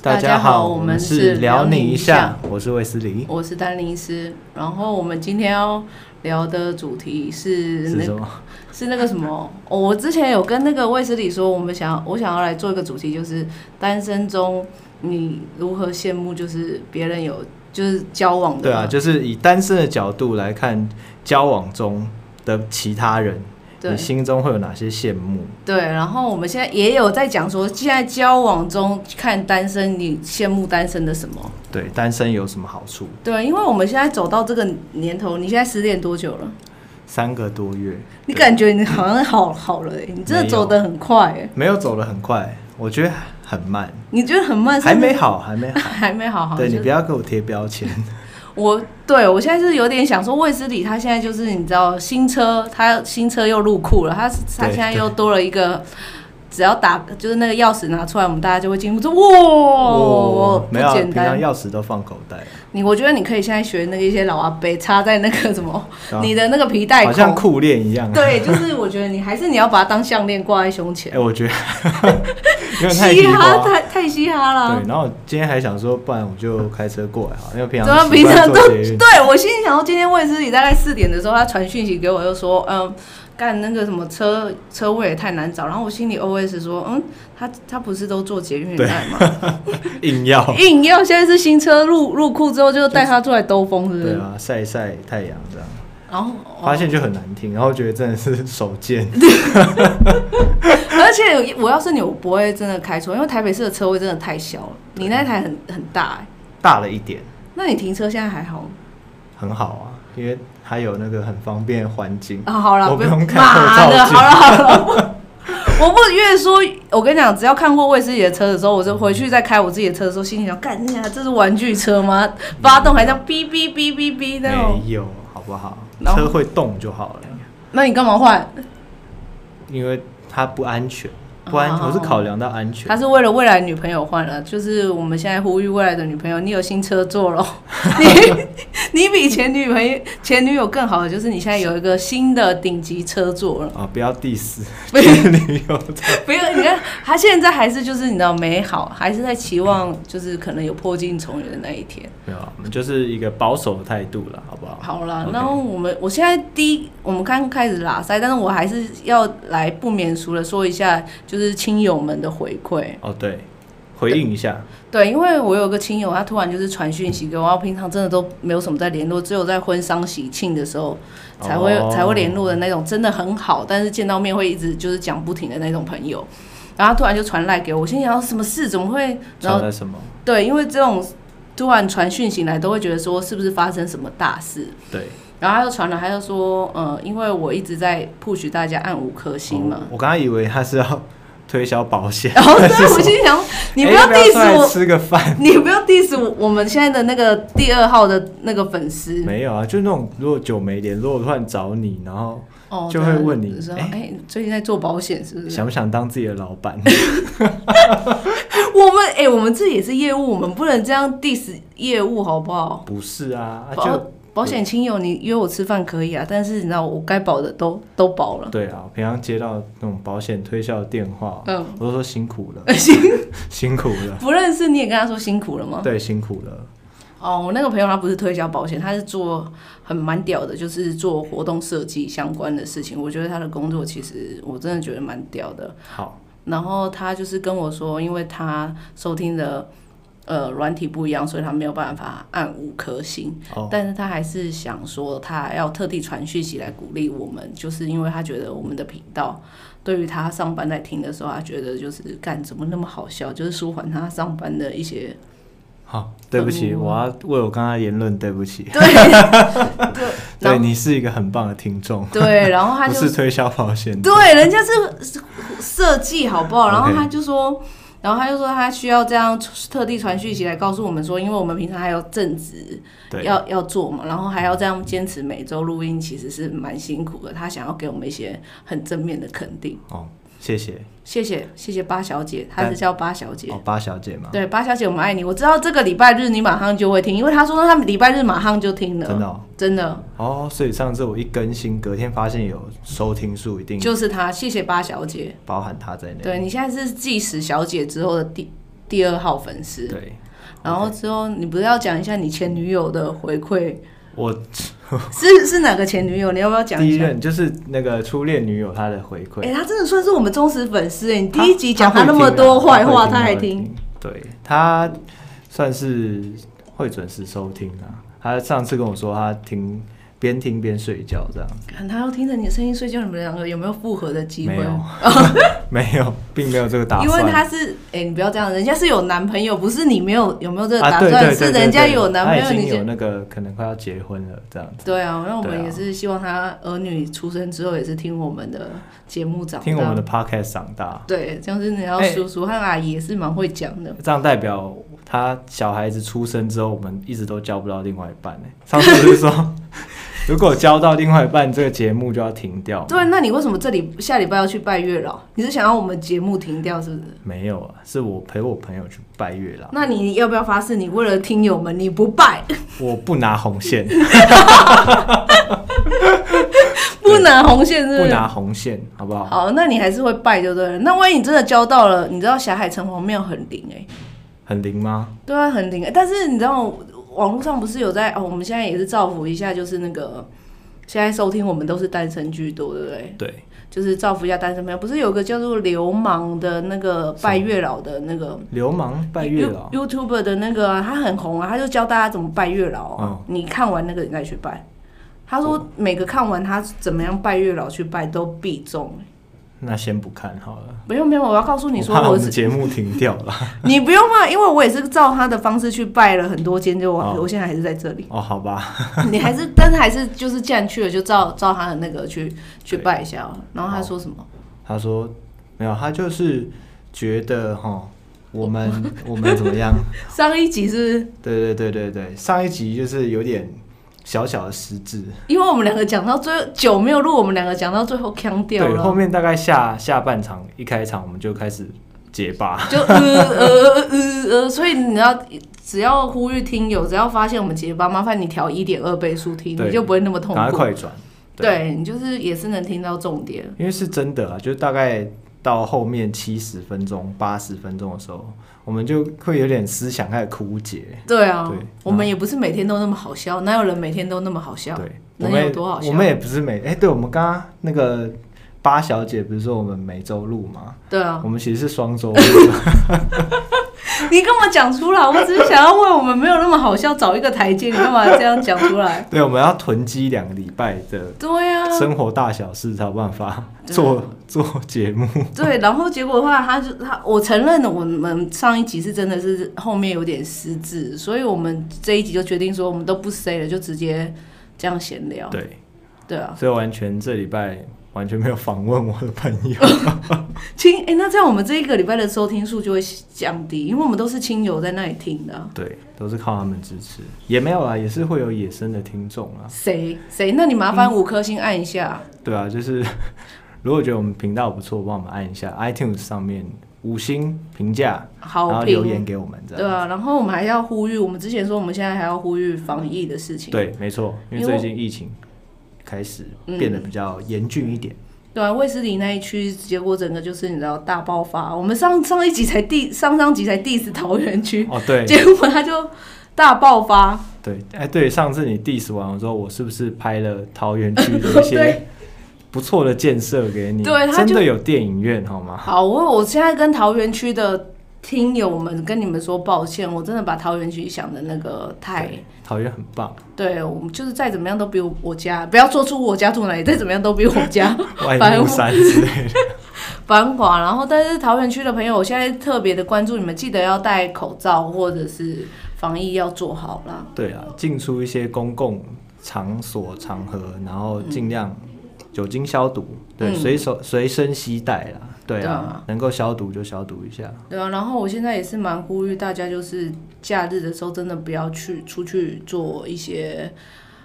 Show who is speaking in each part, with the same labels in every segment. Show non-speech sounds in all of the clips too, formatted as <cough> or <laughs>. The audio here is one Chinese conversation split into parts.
Speaker 1: 大家好，我们是聊你一下，
Speaker 2: 我是卫斯理。
Speaker 1: 我是丹林师。然后我们今天要聊的主题是
Speaker 2: 是
Speaker 1: 那
Speaker 2: 什
Speaker 1: 个
Speaker 2: 么？
Speaker 1: 是那个什么、哦我之前有跟那个卫斯理说，我们想我想要来做一个主题，就是单身中你如何羡慕，就是别人有就是交往的。
Speaker 2: 对啊，就是以单身的角度来看交往中的其他人，
Speaker 1: 对
Speaker 2: 你心中会有哪些羡慕？
Speaker 1: 对，然后我们现在也有在讲说，现在交往中看单身，你羡慕单身的什么？
Speaker 2: 对，单身有什么好处？
Speaker 1: 对，因为我们现在走到这个年头，你现在失恋多久了？
Speaker 2: 三个多月，
Speaker 1: 你
Speaker 2: 对
Speaker 1: 感觉你好像好好了、欸，你真的走得很快、欸，
Speaker 2: 没有走得很快，我觉得很慢，
Speaker 1: 你觉得很慢，
Speaker 2: 还没
Speaker 1: 甚至
Speaker 2: 好，还没好。
Speaker 1: 还没好好。
Speaker 2: 对
Speaker 1: 就
Speaker 2: 你不要给我贴标
Speaker 1: <laughs>
Speaker 2: 签，
Speaker 1: 我对我现在是有点想说，卫斯理他现在就是你知道新车，他新车又入库了，他他
Speaker 2: 对
Speaker 1: 现在又多了一个，只要打就是那个钥匙拿出来，我们大家就会惊呼说哇，哦不
Speaker 2: 没有啊，
Speaker 1: 简
Speaker 2: 平常
Speaker 1: 单。
Speaker 2: 钥匙都放口袋，啊
Speaker 1: 你我觉得你可以现在学那个一些老阿伯插在那个什么、
Speaker 2: <laughs> 啊
Speaker 1: 你的那个皮带
Speaker 2: 好像
Speaker 1: 口，
Speaker 2: 酷恋一样。啊
Speaker 1: 对，就是我觉得你还是你要把它当项链挂在胸前
Speaker 2: 哎，，我
Speaker 1: <laughs>
Speaker 2: 觉得 <laughs> 有点太
Speaker 1: 嘻
Speaker 2: 低
Speaker 1: 哈
Speaker 2: 调。
Speaker 1: 太太嘻哈了。
Speaker 2: 对，然后今天还想说，不然我就开车过来
Speaker 1: <laughs>
Speaker 2: 好了，因为平
Speaker 1: 怎么
Speaker 2: 常习
Speaker 1: 平
Speaker 2: 惯
Speaker 1: 常都
Speaker 2: 坐捷运。
Speaker 1: 对我心里想说，今天卫斯理大概四点的时候，他传讯息给我，又说，嗯，干那个什么车车位也太难找。然后我心里 OS 说，嗯，他他不是都坐捷运来
Speaker 2: <laughs>
Speaker 1: 嘛，
Speaker 2: 硬要。
Speaker 1: 硬要现在是新车入入库之后，就带他出来兜风，是
Speaker 2: <laughs>
Speaker 1: 不
Speaker 2: 对
Speaker 1: 是？
Speaker 2: 啊，晒一晒太阳这样，
Speaker 1: 然后哦
Speaker 2: 发现就很难听，然后觉得真的是手
Speaker 1: <laughs>
Speaker 2: 贱。
Speaker 1: 而且我要是你，我不会真的开错，因为台北市的车位真的太小了，你那台很很大、欸，
Speaker 2: 大了一点，
Speaker 1: 那你停车现在还好吗？
Speaker 2: 很好啊，因为还有那个很方便的环境。
Speaker 1: 啊，好了，
Speaker 2: 我不用看
Speaker 1: 妈
Speaker 2: 后
Speaker 1: 的，
Speaker 2: 照镜
Speaker 1: 好了好了。 <laughs> 我不越说，我跟你讲，只要看过卫斯理的车的时候，我就回去再开我自己的车的时候，心里想：干你啊，这是玩具车吗？发动还像哔哔哔哔哔那种
Speaker 2: 嗯没。有，好不好？
Speaker 1: 哦然后
Speaker 2: 车会动就好了，
Speaker 1: 那你干嘛换？
Speaker 2: 因为它不安全，不安，
Speaker 1: 哦
Speaker 2: 我是考量到安全
Speaker 1: 他。是为了未来女朋友换了，就是我们现在呼吁未来的女朋友，你有新车坐
Speaker 2: <laughs>
Speaker 1: 了，你 <laughs> 你比前女朋友前女友更好的就是你现在有一个新的顶级车坐了。
Speaker 2: 啊，不要
Speaker 1: <laughs>
Speaker 2: diss
Speaker 1: 不要
Speaker 2: 旅游的，
Speaker 1: 不要，你看他现在还是就是你知道美好，还是在期望就是可能有破镜重圆的那一天。
Speaker 2: 没有啊，我们就是一个保守的态度了，好不好？
Speaker 1: 好啦
Speaker 2: OK
Speaker 1: 然后我们我现在第一，我们刚开始拉塞，但是我还是要来不免俗的说一下，就是亲友们的回馈。
Speaker 2: 哦，对，回应一下，
Speaker 1: 对，因为我有个亲友，他突然就是传讯息给我，然后平常真的都没有什么在联络，只有在婚丧喜庆的时候才会、
Speaker 2: 哦
Speaker 1: 才会联络的那种，真的很好，但是见到面会一直就是讲不停的那种朋友。然后他突然就传来给我，我心想什么事怎么会？然后
Speaker 2: 传了什么？
Speaker 1: 对，因为这种突然传讯息来，都会觉得说是不是发生什么大事。
Speaker 2: 对，
Speaker 1: 然后他又传了，他就说，呃，因为我一直在 push 大家按五颗星嘛
Speaker 2: 哦。我刚刚以为他是要推销保险，
Speaker 1: 然后所
Speaker 2: 但是
Speaker 1: 以哦我
Speaker 2: 什么
Speaker 1: 心想，
Speaker 2: <laughs>
Speaker 1: 你
Speaker 2: 哎
Speaker 1: 不要
Speaker 2: 要
Speaker 1: diss
Speaker 2: 出来
Speaker 1: 我，
Speaker 2: 吃个饭。
Speaker 1: 你不要 diss 我我们现在的那个第二号的那个粉丝
Speaker 2: 没有啊，就那种如果久没联络，突然找你，然后
Speaker 1: 哦，
Speaker 2: 就会问你
Speaker 1: 说，
Speaker 2: 哎
Speaker 1: 哎，最近在做保险是不是？
Speaker 2: 想不想当自己的老
Speaker 1: <laughs>
Speaker 2: 板？
Speaker 1: 我们哎，我们这也是业务，我们不能这样 diss 业务好不好？
Speaker 2: 不是啊，啊
Speaker 1: 保
Speaker 2: 就
Speaker 1: 保险亲友，你约我吃饭可以啊，但是你知道我该保的都都保了，
Speaker 2: 对啊，我平常接到那种保险推销的电话，
Speaker 1: 嗯
Speaker 2: 我都说辛苦了，
Speaker 1: <laughs> 辛
Speaker 2: 辛苦了，
Speaker 1: 不认识你也跟他说辛苦了吗？
Speaker 2: 对，辛苦了，
Speaker 1: 哦，我那个朋友他不是推销保险，他是做很蛮屌的，就是做活动设计相关的事情。我觉得他的工作其实我真的觉得蛮屌的。
Speaker 2: 好，
Speaker 1: 然后他就是跟我说，因为他收听的呃软体不一样，所以他没有办法按五颗星。
Speaker 2: 哦，
Speaker 1: 但是他还是想说，他要特地传讯息来鼓励我们，就是因为他觉得我们的频道对于他上班在听的时候，他觉得就是干怎么那么好笑，就是舒缓他上班的一些
Speaker 2: 好，对不起，
Speaker 1: 嗯
Speaker 2: 我要为我刚刚的言论对不起， <laughs>
Speaker 1: 对对，
Speaker 2: 对
Speaker 1: 然后
Speaker 2: 你是一个很棒的听众，
Speaker 1: 对，然后他
Speaker 2: 不
Speaker 1: 就是
Speaker 2: 推销保险的，
Speaker 1: 对，人家是设计好不好？然后
Speaker 2: OK
Speaker 1: 他就说，然后他就说他需要这样特地传讯息来告诉我们说，因为我们平常还有正职
Speaker 2: 对，
Speaker 1: 要要做嘛，然后还要这样坚持每周录音，其实是蛮辛苦的。他想要给我们一些很正面的肯定，
Speaker 2: 哦，谢谢，
Speaker 1: 谢谢谢谢八小姐，她
Speaker 2: 但
Speaker 1: 是叫八小姐。
Speaker 2: 哦，八小姐嘛，
Speaker 1: 对，八小姐，我们爱你。我知道这个礼拜日你马上就会听，因为她说她礼拜日马上就听了，
Speaker 2: 真的哦
Speaker 1: 真的
Speaker 2: 哦，所以上次我一更新，隔天发现有收听数，一定
Speaker 1: 就是她。谢谢八小姐。
Speaker 2: 包含他在内。
Speaker 1: 对你现在是计时小姐之后的第第二号粉丝。
Speaker 2: 对，
Speaker 1: 然后之后你不是要讲一下你前女友的回
Speaker 2: <laughs>
Speaker 1: 馈？
Speaker 2: 我
Speaker 1: 是是哪个前女友？你要不要讲
Speaker 2: 第一
Speaker 1: 一下？
Speaker 2: 任就是那个初恋女友她的回馈
Speaker 1: 哎、。他真的算是我们忠实粉丝哎！你第一集讲
Speaker 2: 他
Speaker 1: 他
Speaker 2: 会
Speaker 1: 那么
Speaker 2: 听啊
Speaker 1: 多坏话，
Speaker 2: 他
Speaker 1: 他
Speaker 2: 会
Speaker 1: 还
Speaker 2: 听
Speaker 1: 听。。
Speaker 2: 他会听对他算是会准时收听啊。他上次跟我说他听边听边睡觉这样，
Speaker 1: 看他要听着你的声音睡觉，你们两个有没有复合的机会哦
Speaker 2: 没？有 <laughs> 没
Speaker 1: <laughs>
Speaker 2: 有，并没有这个打
Speaker 1: 因为
Speaker 2: 算。
Speaker 1: 他是，哎、你不要这样，人家是有男朋友，不是你没有有没有这个打
Speaker 2: 啊，
Speaker 1: 算，
Speaker 2: 对对对
Speaker 1: 是
Speaker 2: 对
Speaker 1: 人家
Speaker 2: 对
Speaker 1: 有男朋友，
Speaker 2: 他已
Speaker 1: 你
Speaker 2: 经有
Speaker 1: 就
Speaker 2: 那个可能快要结婚了这样子。
Speaker 1: 对啊。那我
Speaker 2: 对
Speaker 1: 们
Speaker 2: 啊
Speaker 1: 也是希望他儿女出生之后也是听我们的节目长大，
Speaker 2: 听我们的 podcast 长大，
Speaker 1: 对，就是你要
Speaker 2: 哎
Speaker 1: 叔叔和阿姨也是蛮会讲的。
Speaker 2: 这样代表他小孩子出生之后，我们一直都交不到另外一半、欸、上次不是说， <laughs> 如果交到另外一半，这个节目就要停掉吗？
Speaker 1: 对，那你为什么这里下礼拜要去拜月老？你是想要我们节目停掉是不是？
Speaker 2: 没有啊，是我陪我朋友去拜月老，
Speaker 1: 那你要不要发誓，你为了听友们你不
Speaker 2: <laughs>
Speaker 1: 拜，
Speaker 2: 我不拿红线，
Speaker 1: <laughs> 不拿红线是不
Speaker 2: 不
Speaker 1: 是？
Speaker 2: 拿红线，好不好？
Speaker 1: 啊好，那你还是会拜就对了。那万一你真的交到了，你知道霞海城隍庙很灵哎、
Speaker 2: 很灵吗？
Speaker 1: 对啊，很灵、欸。但是你知道，网络上不是有在哦？我们现在也是造福一下，就是那个现在收听我们都是单身居多，对不对？
Speaker 2: 对，
Speaker 1: 就是造福一下单身朋友。不是有个叫做流氓的那个拜月老的那个
Speaker 2: 流氓拜月老，
Speaker 1: You- YouTuber 的那个、啊，他很红啊，他就教大家怎么拜月老啊。
Speaker 2: 嗯哦
Speaker 1: 你看完那个，你再去拜。他说每个看完他怎么样拜月老去拜都必中、欸
Speaker 2: 那先不看好了。
Speaker 1: 没有没有，我要告诉你说
Speaker 2: 我怕我
Speaker 1: 我
Speaker 2: 们
Speaker 1: 是
Speaker 2: 节目停掉了。 <laughs>
Speaker 1: 你不用怕，因为我也是照他的方式去拜了很多间，就我、
Speaker 2: 哦
Speaker 1: 我现在还是在这里。 <laughs>
Speaker 2: 哦，好吧，
Speaker 1: 你还是，但是还是就是既然去了，就照照他的那个去去拜一下哦。然后他说什么？
Speaker 2: 他说没有，他就是觉得哈，我们我们怎么样？
Speaker 1: 上一集是不是
Speaker 2: 对对对对对，上一集就是有点小小的失智，
Speaker 1: 因为我们两个讲到最后久没有录，我们两个讲到最后腔掉
Speaker 2: 对，后
Speaker 1: 了，
Speaker 2: 面大概下下半场一开场我们就开始结巴，
Speaker 1: 就呃呃呃呃呃，所以你要只要呼吁听友，只要发现我们结巴，麻烦你调一点二倍速听，
Speaker 2: 对
Speaker 1: 你就不会那么痛
Speaker 2: 赶快
Speaker 1: 苦。
Speaker 2: 快转。
Speaker 1: 对你就是也是能听到重点。
Speaker 2: 因为是真的啊，就是大概到后面七十分钟、八十分钟的时候，我们就会有点思想开始枯竭。
Speaker 1: 对啊
Speaker 2: 对，
Speaker 1: 我们也不是每天都那么好笑，哪有人每天都那么好笑？
Speaker 2: 对，我
Speaker 1: 能
Speaker 2: 们
Speaker 1: 有多好
Speaker 2: 也
Speaker 1: 笑
Speaker 2: 我们也不是每哎、对我们刚刚那个八小姐不是说我们每周录吗？
Speaker 1: 对啊，
Speaker 2: 我们其实是双周录，
Speaker 1: 你跟我讲出来，我只是想要为我们没有那么好笑找一个台阶，你干嘛这样讲出来？
Speaker 2: <laughs> 对，我们要囤积两个礼拜的
Speaker 1: 对
Speaker 2: <laughs>
Speaker 1: <laughs> 啊，
Speaker 2: 生活大小事才有办法
Speaker 1: <laughs> 对啊
Speaker 2: 做做节目。
Speaker 1: 对，然后结果的话，他就他，我承认了，我们上一集是真的是后面有点失智，所以我们这一集就决定说，我们都不 say 了，就直接这样闲聊。
Speaker 2: 对，
Speaker 1: 对啊，
Speaker 2: 所以完全这礼拜完全没有访问我的朋
Speaker 1: <laughs>
Speaker 2: 友。
Speaker 1: 亲，哎、那这样我们这一个礼拜的收听数就会降低，因为我们都是亲友在那里听的啊。
Speaker 2: 对，都是靠他们支持，也没有啊，也是会有野生的听众啊。
Speaker 1: 谁谁？那你麻烦五颗星按一下。
Speaker 2: 对啊，就是 <laughs> 如果觉得我们频道不错，帮我们按一下 iTunes 上面五星评价，然
Speaker 1: 好
Speaker 2: 后留
Speaker 1: 评
Speaker 2: 言，给我们这
Speaker 1: 对
Speaker 2: 样。
Speaker 1: 啊，然后我们还要呼吁，我们之前说我们现在还要呼吁防疫的事情，
Speaker 2: 对，没错，因为
Speaker 1: 因
Speaker 2: 最
Speaker 1: 为我
Speaker 2: 近疫情开始变
Speaker 1: 嗯
Speaker 2: 得比较严峻一点。
Speaker 1: 对啊，卫斯理那一区，结果整个就是你知道大爆发。我们上上一集才第上上集才 diss 桃园区，
Speaker 2: 哦， <laughs> 对
Speaker 1: 结果他就大爆发。
Speaker 2: 对，哎对，上次你 diss 完我之后，我是不是拍了桃园
Speaker 1: <laughs>
Speaker 2: 区的一些
Speaker 1: 对
Speaker 2: 不错的建设给你？
Speaker 1: 对他
Speaker 2: 真
Speaker 1: 就
Speaker 2: 的有电影院好吗？
Speaker 1: 好，我我现在跟桃园区的听友们跟你们说抱歉，我真的把桃园区想的那个太。
Speaker 2: 对，桃园很
Speaker 1: <laughs>
Speaker 2: 棒，
Speaker 1: 对，我们就是再怎么样都比我我家，不要说出我家住哪里，再怎么样都比我家
Speaker 2: <laughs> 外
Speaker 1: 反
Speaker 2: 木
Speaker 1: 正
Speaker 2: 山之类的。 <laughs>
Speaker 1: 繁华。然后，但是桃园区的朋友，我现在特别的关注你们，记得要戴口罩或者是防疫要做好啦。
Speaker 2: 对啊，进出一些公共场所场合，然后尽量酒精消毒，对，
Speaker 1: 嗯
Speaker 2: 随手随身携带啦，对
Speaker 1: 对
Speaker 2: 啊
Speaker 1: 啊，
Speaker 2: 能够消毒就消毒一下，
Speaker 1: 对啊，然后我现在也是蛮呼吁大家，就是假日的时候真的不要去出去做一些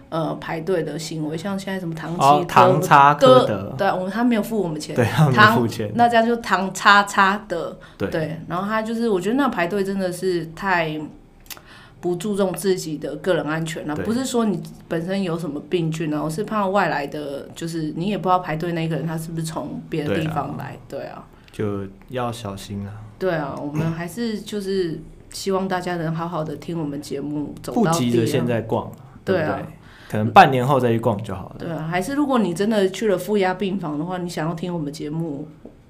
Speaker 1: 呃排队的行为，像现在什么唐吉、
Speaker 2: 哦唐叉柯德
Speaker 1: 对啊，我们他没有付我们钱，
Speaker 2: 对，他们
Speaker 1: 唐
Speaker 2: 付钱，
Speaker 1: 那家就唐叉叉的，
Speaker 2: 对
Speaker 1: 然后他就是我觉得那排队真的是太。不注重自己的个人安全了、
Speaker 2: 对
Speaker 1: 不是说你本身有什么病菌啊，我是怕外来的，就是你也不知道排队那个人他是不是从别的
Speaker 2: 对
Speaker 1: 地
Speaker 2: 啊
Speaker 1: 方来，对啊，
Speaker 2: 就要小心啦。
Speaker 1: 对啊，我们还是就是希望大家能好好的听我们节目，走
Speaker 2: 不
Speaker 1: 到
Speaker 2: 急
Speaker 1: 底、
Speaker 2: 着
Speaker 1: 啊。
Speaker 2: 现在逛啊，对不
Speaker 1: 对啊
Speaker 2: 对？可能半年后再去逛就好了。
Speaker 1: 对啊，还是如果你真的去了负压病房的话，你想要听我们节目，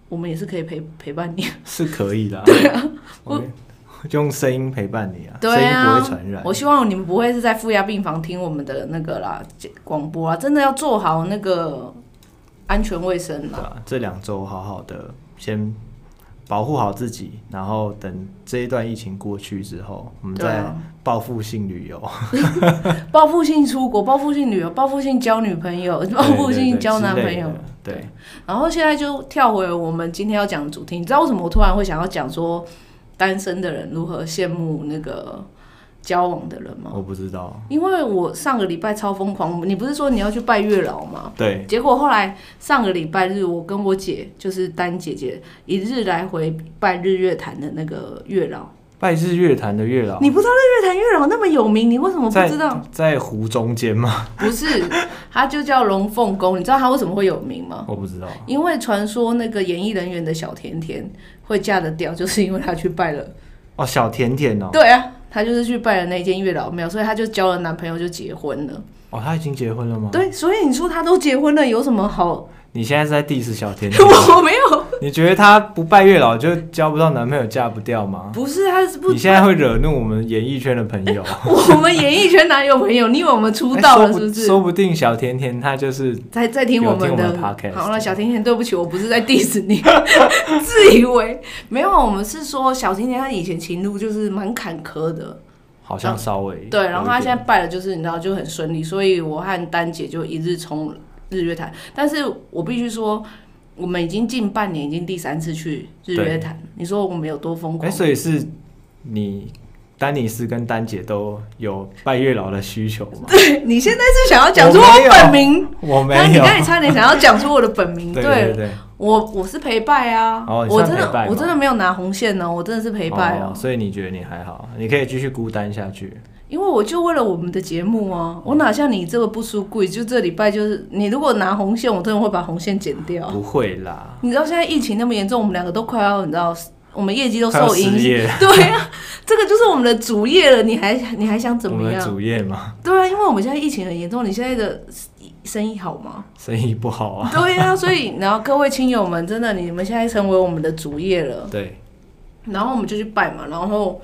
Speaker 1: 我们也是可以陪陪
Speaker 2: <laughs>
Speaker 1: 伴你。
Speaker 2: 是可以的、啊。对啊，我们就用声音陪伴你啊，
Speaker 1: 对
Speaker 2: 声音
Speaker 1: 啊
Speaker 2: 不会传染。
Speaker 1: 我希望你们不会是在负压病房听我们的那个啦广播啊，真的要做好那个安全卫生
Speaker 2: 对
Speaker 1: 啦。
Speaker 2: 啊，这两周好好的先保护好自己，然后等这一段疫情过去之后，我们
Speaker 1: 对
Speaker 2: 再
Speaker 1: 啊，
Speaker 2: 报复性旅游，
Speaker 1: 报复性出国，报复性旅游，报复性交女朋友， <laughs> 报复性交男朋友。
Speaker 2: 对。对对之类的
Speaker 1: 然后现在就跳回我们今天要讲的主题，你知道为什么我突然会想要讲说单身的人如何羡慕那个交往的人
Speaker 2: 对，
Speaker 1: 吗？
Speaker 2: 我不知道。
Speaker 1: 因为我上个礼拜超疯狂，你不是说你要去拜月老吗？
Speaker 2: 对，
Speaker 1: 结果后来上个礼拜日，我跟我姐就是丹姐姐一日来回拜日月潭的那个月老。
Speaker 2: 拜日月潭的月老
Speaker 1: 你不知道日月潭月老那么有名，你为什么不知道？
Speaker 2: 在湖中间吗？ <laughs>
Speaker 1: 不是，他就叫龙凤宫。你知道他为什么会有名吗？
Speaker 2: 我不知道。
Speaker 1: 因为传说那个演艺人员的小甜甜会嫁得掉， <laughs> 就是因为她去拜了。
Speaker 2: 哦，小甜甜哦，
Speaker 1: 对啊，她就是去拜了那间月老庙，所以她就交了男朋友就结婚了。
Speaker 2: 哦，他已经结婚了吗？
Speaker 1: 对，所以你说她都结婚了，有什
Speaker 2: <laughs>
Speaker 1: 么好？ <laughs>
Speaker 2: 你现在是在 diss 小甜甜？
Speaker 1: 我没有，
Speaker 2: 你觉得她不拜月老就交不到男朋友，嫁不掉吗？
Speaker 1: 不是，她是不
Speaker 2: 你现在会惹怒我们演艺圈的朋友。
Speaker 1: <laughs>
Speaker 2: 啊
Speaker 1: 我们演艺圈哪有朋友？你以为我们出
Speaker 2: <laughs> 哎
Speaker 1: 道
Speaker 2: 说
Speaker 1: 了是
Speaker 2: 不
Speaker 1: 不是？
Speaker 2: 说不定小甜甜她就是
Speaker 1: 在在听我
Speaker 2: 有
Speaker 1: 们
Speaker 2: 听
Speaker 1: 的
Speaker 2: 我们的 podcast
Speaker 1: 好了，小甜甜，对不起，我不是在 diss 你， <laughs> 自以为没有，我们是说小甜甜她以前情路就是蛮坎坷的，
Speaker 2: 好像稍微
Speaker 1: 嗯对，然后她
Speaker 2: 他
Speaker 1: 现在拜了就是你知道就很顺利，所以我和丹姐就一日冲日月潭，但是我必须说，我们已经近半年，已经第三次去日月潭，你说我们有多疯
Speaker 2: 哎、
Speaker 1: 狂？
Speaker 2: 所以是你丹尼斯跟丹姐都有拜月老的需求吗？
Speaker 1: 对 <laughs> 你现在是想要讲出
Speaker 2: 我没有
Speaker 1: 我本名？
Speaker 2: <laughs> 我
Speaker 1: 那
Speaker 2: 没
Speaker 1: 你
Speaker 2: 有
Speaker 1: 刚，才差点想要讲出我的本名，
Speaker 2: 对对对，
Speaker 1: 我我是陪拜啊，
Speaker 2: 哦你
Speaker 1: 我
Speaker 2: 算
Speaker 1: 真
Speaker 2: 陪拜吗
Speaker 1: 的我真的没有拿红线呢、我真的是陪拜
Speaker 2: 哦
Speaker 1: 啊，
Speaker 2: 所以你觉得你还好，你可以继续孤单下去。
Speaker 1: 因为我就为了我们的节目啊，我哪像你这个不输贵，就这礼拜就是你如果拿红线，我真的会把红线剪掉。
Speaker 2: 不会啦，
Speaker 1: 你知道现在疫情那么严重，我们两个都快要你知道，我们业绩都
Speaker 2: 快要
Speaker 1: 受
Speaker 2: 失
Speaker 1: 影响。
Speaker 2: 业，
Speaker 1: <laughs> 对啊，这个就是我们的主业了，你还你还想怎
Speaker 2: 我
Speaker 1: 么
Speaker 2: 们的
Speaker 1: 样？
Speaker 2: 主业嘛，
Speaker 1: 对啊，因为我们现在疫情很严重，你现在的生意
Speaker 2: <laughs>
Speaker 1: 好吗？
Speaker 2: 生意不好啊。
Speaker 1: 对啊，所以然后各位亲友们，真的你们现在成为我们的主业了。
Speaker 2: 对，
Speaker 1: 然后我们就去拜嘛，然后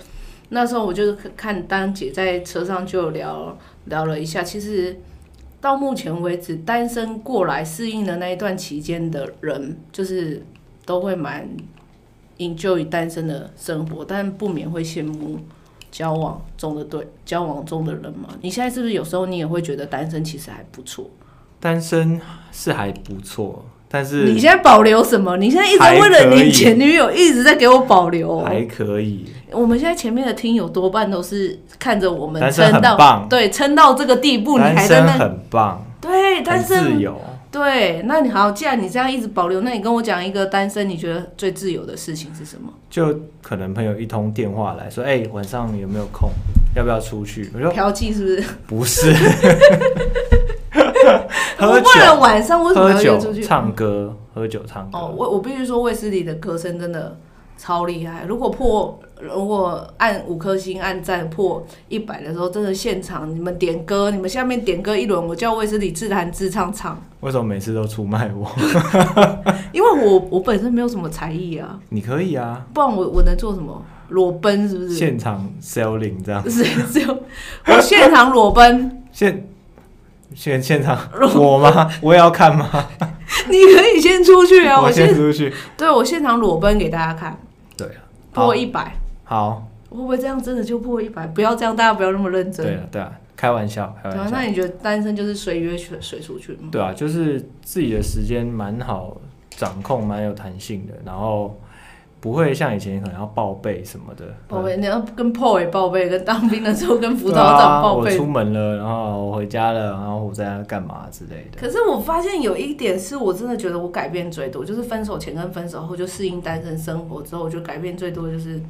Speaker 1: 那时候我就是看丹姐在车上就有聊聊了一下，其实到目前为止，单身过来适应的那一段期间的人，就是都会蛮 enjoy 单身的生活，但不免会羡慕交往中的对交往中的人嘛。你现在是不是有时候你也会觉得单身其实还不错？
Speaker 2: 单身是还不错，但
Speaker 1: 你
Speaker 2: 是
Speaker 1: 现在保留什么？你现在一直为了
Speaker 2: 还可
Speaker 1: 你
Speaker 2: 以
Speaker 1: 前女友一直在给我保留哦、
Speaker 2: 还可以。
Speaker 1: 我们现在前面的听友多半都是看着我们
Speaker 2: 单身
Speaker 1: 撑
Speaker 2: 很
Speaker 1: 到
Speaker 2: 棒
Speaker 1: 对撑到这个地步，你
Speaker 2: 单
Speaker 1: 还在
Speaker 2: 身
Speaker 1: 那
Speaker 2: 很棒，
Speaker 1: 对单
Speaker 2: 很自
Speaker 1: 身
Speaker 2: 由。
Speaker 1: 对，那你好，既然你这样一直保留，那你跟我讲一个单身你觉得最自由的事情是什么？
Speaker 2: 就可能朋友一通电话来说，哎、晚上有没有空？要不要出去？我说
Speaker 1: 嫖妓是不是？
Speaker 2: 不
Speaker 1: <laughs>
Speaker 2: 是，
Speaker 1: 我
Speaker 2: 喝
Speaker 1: 为了
Speaker 2: 酒、
Speaker 1: 晚上为什么
Speaker 2: 喝
Speaker 1: 要约出
Speaker 2: 酒、
Speaker 1: 去？
Speaker 2: 唱歌、喝酒、唱歌。
Speaker 1: 哦，我我必须说，卫斯理的歌声真的超厉害。如果破，如果按五颗星按赞破一百的时候，真的现场你们点歌，你们下面点歌一轮，我叫卫斯理自弹自唱唱，
Speaker 2: 为什么每次都出卖我？ <laughs>
Speaker 1: 因为我我本身没有什么才艺啊。
Speaker 2: 你可以啊，
Speaker 1: 不然我我能做什么？裸奔是不是？
Speaker 2: 现场 selling 这样，
Speaker 1: 是是，我现场裸奔， <laughs>
Speaker 2: 现现现场我吗？我也要看吗？
Speaker 1: 你可以先出去啊！我
Speaker 2: 先
Speaker 1: 现
Speaker 2: 出去。
Speaker 1: 对我现场裸奔给大家看，
Speaker 2: 对啊，好
Speaker 1: 破，一百，
Speaker 2: 好，
Speaker 1: 会不会这样真的就破一百？不要这样，大家不要那么认真。
Speaker 2: 对啊，对啊，开玩笑，开
Speaker 1: 对
Speaker 2: 玩
Speaker 1: 啊，
Speaker 2: 笑
Speaker 1: 那。你觉得单身就是随约随随出去吗？
Speaker 2: 对啊，就是自己的时间蛮好掌控，蛮有弹性的，然后不会像以前可能要报备什么的。
Speaker 1: 报
Speaker 2: 嗯
Speaker 1: 备，你要跟 p o 也报备，跟当兵的时候跟辅
Speaker 2: 对
Speaker 1: 导
Speaker 2: 啊，
Speaker 1: 长报备
Speaker 2: 我出。门了，然后我回家了，然后我在那干嘛之类的。
Speaker 1: 可是我发现有一点是我真的觉得我改变最多，就是分手前跟分手后就适应单身生活之后，我觉得改变最多的就是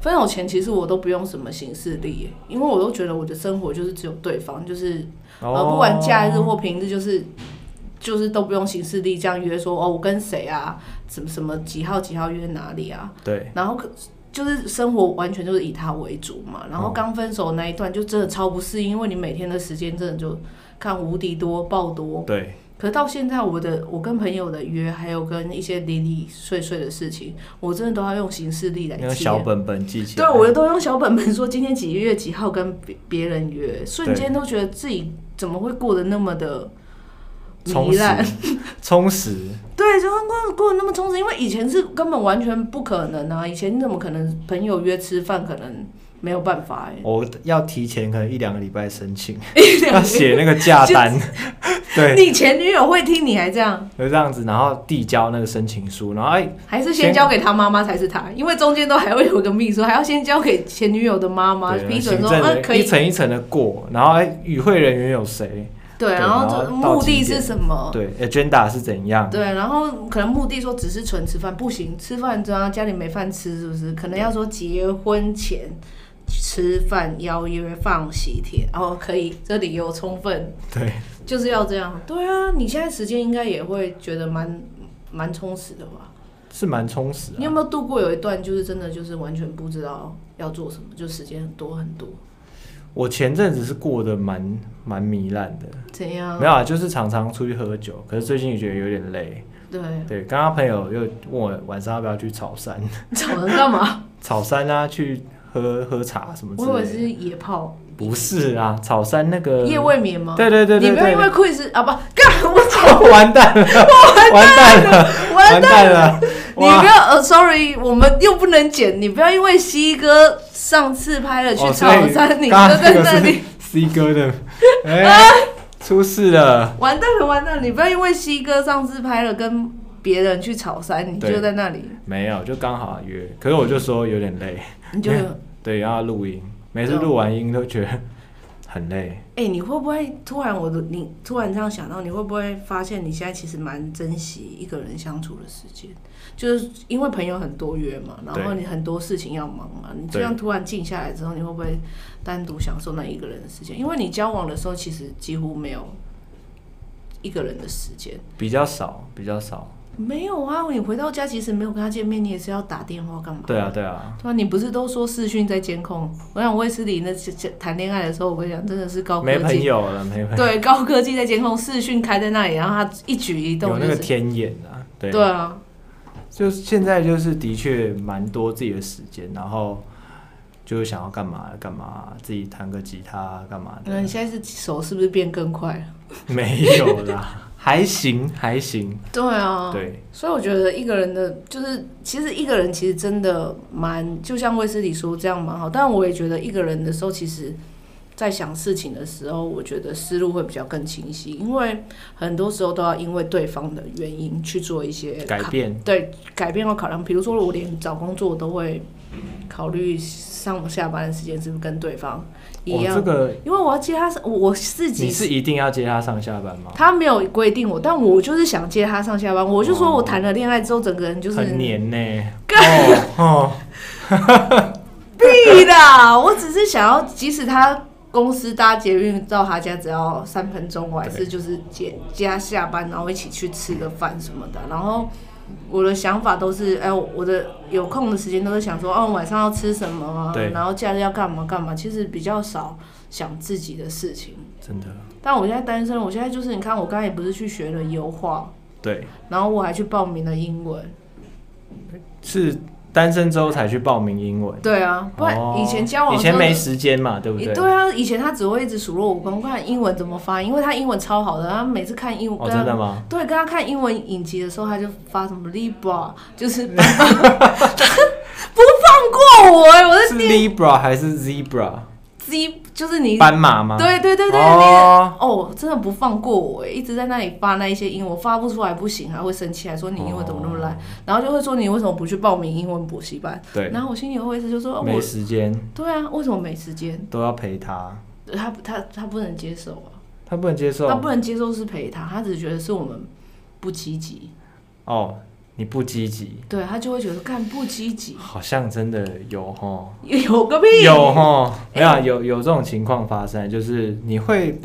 Speaker 1: 分手前其实我都不用什么行事历耶，因为我
Speaker 2: 哦
Speaker 1: 呃都觉得我的生活就是只有对方，就是、呃不管假日或平日就是就是都不用行事历这样约说哦，我跟谁啊，什么什么几号几号约哪里啊，
Speaker 2: 对，
Speaker 1: 然后可就是生活完全就是以他为主嘛。然后
Speaker 2: 哦
Speaker 1: 刚分手那一段就真的超不适应，因为你每天的时间真的就看无敌多爆多。
Speaker 2: 对，
Speaker 1: 可到现在，我的我跟朋友的约，还有跟一些零零碎碎的事情，我真的都要用行事历来
Speaker 2: 那个
Speaker 1: 记。欸
Speaker 2: 小本本记起
Speaker 1: 对，
Speaker 2: 来。
Speaker 1: 我都用小本本说今天几月几号跟别别人约，瞬间都觉得自己怎么会过得那么的
Speaker 2: 充
Speaker 1: 糜 <laughs> 烂。
Speaker 2: 实， <laughs> 充实，
Speaker 1: 对，就过过得那么充实，因为以前是根本完全不可能啊！以前你怎么可能朋友约吃饭，可能没有办法哎、
Speaker 2: 我要提前可能一两个礼拜申
Speaker 1: <laughs>
Speaker 2: 请，要写那个价单，对，
Speaker 1: 你前女友会听，你还这样，
Speaker 2: 就这样子，然后递交那个申请书，然后哎，
Speaker 1: 还是先
Speaker 2: 先
Speaker 1: 交给他妈妈才是他，因为中间都还会有个秘书，还要先交给前女友的妈妈
Speaker 2: 对
Speaker 1: 批准
Speaker 2: 行
Speaker 1: 说，
Speaker 2: 政
Speaker 1: 嗯、
Speaker 2: 人
Speaker 1: 可
Speaker 2: 一
Speaker 1: 以，
Speaker 2: 层一层的过，然后哎，与会人员有谁？
Speaker 1: 对，
Speaker 2: 对
Speaker 1: 然后这
Speaker 2: 然后到
Speaker 1: 目的
Speaker 2: 几
Speaker 1: 是
Speaker 2: 点
Speaker 1: 什么？
Speaker 2: 对，agenda 是怎样？
Speaker 1: 嗯对，然后可能目的说只是纯吃饭，不行，吃饭知道家里没饭吃是不是？可能要说结婚前吃饭邀约放喜帖，哦，可以，这理由充分，
Speaker 2: 对，
Speaker 1: 就是要这样。对啊，你现在时间应该也会觉得蛮蛮充实的吧？
Speaker 2: 是蛮充实啊的。
Speaker 1: 你有没有度过有一段就是真的就是完全不知道要做什么，就时间很多很多，
Speaker 2: 我前阵子是过得蛮蛮糜烂的，
Speaker 1: 怎样
Speaker 2: 没？有啊，就是常常出去喝酒，可是最近也觉得有点累。
Speaker 1: 对，
Speaker 2: 对，刚刚朋友又问我晚上要不要去草山， <laughs>
Speaker 1: 找人干嘛？
Speaker 2: 草山啊，去喝喝茶什么之
Speaker 1: <laughs> 我以为
Speaker 2: 类的。
Speaker 1: 是野炮，
Speaker 2: 不是啊，草山那个
Speaker 1: 夜未眠吗？
Speaker 2: 对对对对
Speaker 1: 你不要因为
Speaker 2: 对，
Speaker 1: quiz 啊不干我操！
Speaker 2: <laughs> 完蛋
Speaker 1: <laughs>
Speaker 2: 了，完蛋了，
Speaker 1: 完蛋了！
Speaker 2: 了，
Speaker 1: 你不要呃，sorry，我们又不能剪，你不要因为西哥上次拍了去
Speaker 2: 哦
Speaker 1: 草
Speaker 2: 所以
Speaker 1: 山，你就啊
Speaker 2: 刚刚
Speaker 1: 在
Speaker 2: 这个
Speaker 1: 那
Speaker 2: 是
Speaker 1: 里
Speaker 2: <laughs> C 哥
Speaker 1: <laughs>
Speaker 2: 的，哎，出事了，
Speaker 1: 完蛋了，完蛋了！你不要因为西哥上次拍了跟别人去草山，你
Speaker 2: 对
Speaker 1: 就在那里，
Speaker 2: 没有，就刚好啊约，可是我就说有点累，
Speaker 1: 你就
Speaker 2: 没有对，然后录音，每
Speaker 1: 啊
Speaker 2: 次录完音都觉得很累，
Speaker 1: 哎、你会不会突然我的你突然这样想到，你会不会发现你现在其实蛮珍惜一个人相处的时间，就是因为朋友很多约嘛，然后
Speaker 2: 对
Speaker 1: 你很多事情要忙嘛，你这
Speaker 2: 对
Speaker 1: 样突然静下来之后，你会不会单独享受那一个人的时间？因为你交往的时候其实几乎没有一个人的时间，
Speaker 2: 比较少，比较少，
Speaker 1: 没有啊，你回到家其实没有跟他见面，你也是要打电话干嘛？
Speaker 2: 对啊，对啊，
Speaker 1: 对啊，你不是都说视讯在监控？我想卫斯理那谈恋爱的时候，我跟你讲，真的是高科
Speaker 2: 没
Speaker 1: 技
Speaker 2: 朋友了，没朋友，
Speaker 1: 对，高科技在监控视讯开在那里，然后他一举一
Speaker 2: 有
Speaker 1: 动
Speaker 2: 那
Speaker 1: 就
Speaker 2: 个
Speaker 1: 是。
Speaker 2: 天眼啊，对，
Speaker 1: 对啊，
Speaker 2: 就是现在就是的确蛮多自己的时间，然后就是想要干嘛干嘛，自己弹个吉他干嘛
Speaker 1: 那
Speaker 2: 的
Speaker 1: 你，现在是手是不是变更快了？
Speaker 2: 没有啦， <laughs> 还行还行，
Speaker 1: 对啊，。
Speaker 2: 对，
Speaker 1: 所以我觉得一个人的，就是其实一个人其实真的蛮，就像卫斯理说这样蛮好，但我也觉得一个人的时候，其实，在想事情的时候，我觉得思路会比较更清晰，因为很多时候都要因为对方的原因去做一些
Speaker 2: 改
Speaker 1: 考
Speaker 2: 变，
Speaker 1: 对改变和考量，比如说我连找工作都会考虑上下班的时间是不是跟对方一
Speaker 2: 我
Speaker 1: 样，
Speaker 2: 哦这个
Speaker 1: 因为我要接他上，我我自己
Speaker 2: 你是一定要接他上下班吗？
Speaker 1: 他没有规定我，但我就是想接他上下班，我就说我谈了恋爱之后，整个人就是
Speaker 2: 哦很黏呢、
Speaker 1: <laughs> 干
Speaker 2: 哦
Speaker 1: <laughs>
Speaker 2: 哦，
Speaker 1: 屁啦，我只是想要，即使他。公司搭捷运到他家只要三分钟，我还是就是接接他下班，然后一起去吃个饭什么的。然后我的想法都是，哎、我的有空的时间都是想说，哦，晚上要吃什么啊
Speaker 2: 对，
Speaker 1: 然后假日要干嘛干嘛。其实比较少想自己的事情。
Speaker 2: 真的，
Speaker 1: 但我现在单身，我现在就是你看，我刚才也不是去学了油画，
Speaker 2: 对，
Speaker 1: 然后我还去报名了英文。
Speaker 2: 是单身之后才去报名英文，
Speaker 1: 对啊，不然
Speaker 2: 哦
Speaker 1: 以前交往
Speaker 2: 以
Speaker 1: 的时
Speaker 2: 前
Speaker 1: 候
Speaker 2: 没时间嘛，对不
Speaker 1: 也
Speaker 2: 对？
Speaker 1: 对啊，以前他只会一直数落我跟我看英文怎么发音，因为他英文超好的，他每次看英文
Speaker 2: 哦，
Speaker 1: 跟他
Speaker 2: 真的吗？
Speaker 1: 对，跟他看英文影集的时候，他就发什么
Speaker 2: <laughs>
Speaker 1: Libra，就是不 <laughs> 放过我哎、我
Speaker 2: 是
Speaker 1: 是
Speaker 2: Libra 还是 Zebra？
Speaker 1: Z，就是你，
Speaker 2: 斑马吗？
Speaker 1: 对对对对，你
Speaker 2: 哦，
Speaker 1: 哦，真的不放过我哎、一直在那里发那一些英文，发不出来不行，还会生气，还说你英文怎么那么烂，然后就会说你为什么不去报名英文补习班？
Speaker 2: 哦对，
Speaker 1: 然后我心里会是就说，哦
Speaker 2: 没
Speaker 1: 我
Speaker 2: 时间
Speaker 1: 对啊，为什么没时间？
Speaker 2: 都要陪他，
Speaker 1: 他他他不能接受啊，
Speaker 2: 他不能接
Speaker 1: 他
Speaker 2: 受
Speaker 1: 不能接受是陪他，他只觉得是我们不积极，
Speaker 2: 哦，你不积极，
Speaker 1: 对他就会觉得干不积极
Speaker 2: 好像真的有哦吼，
Speaker 1: 有个屁，
Speaker 2: 有吼，没有啊有有这种情况发生，就是你会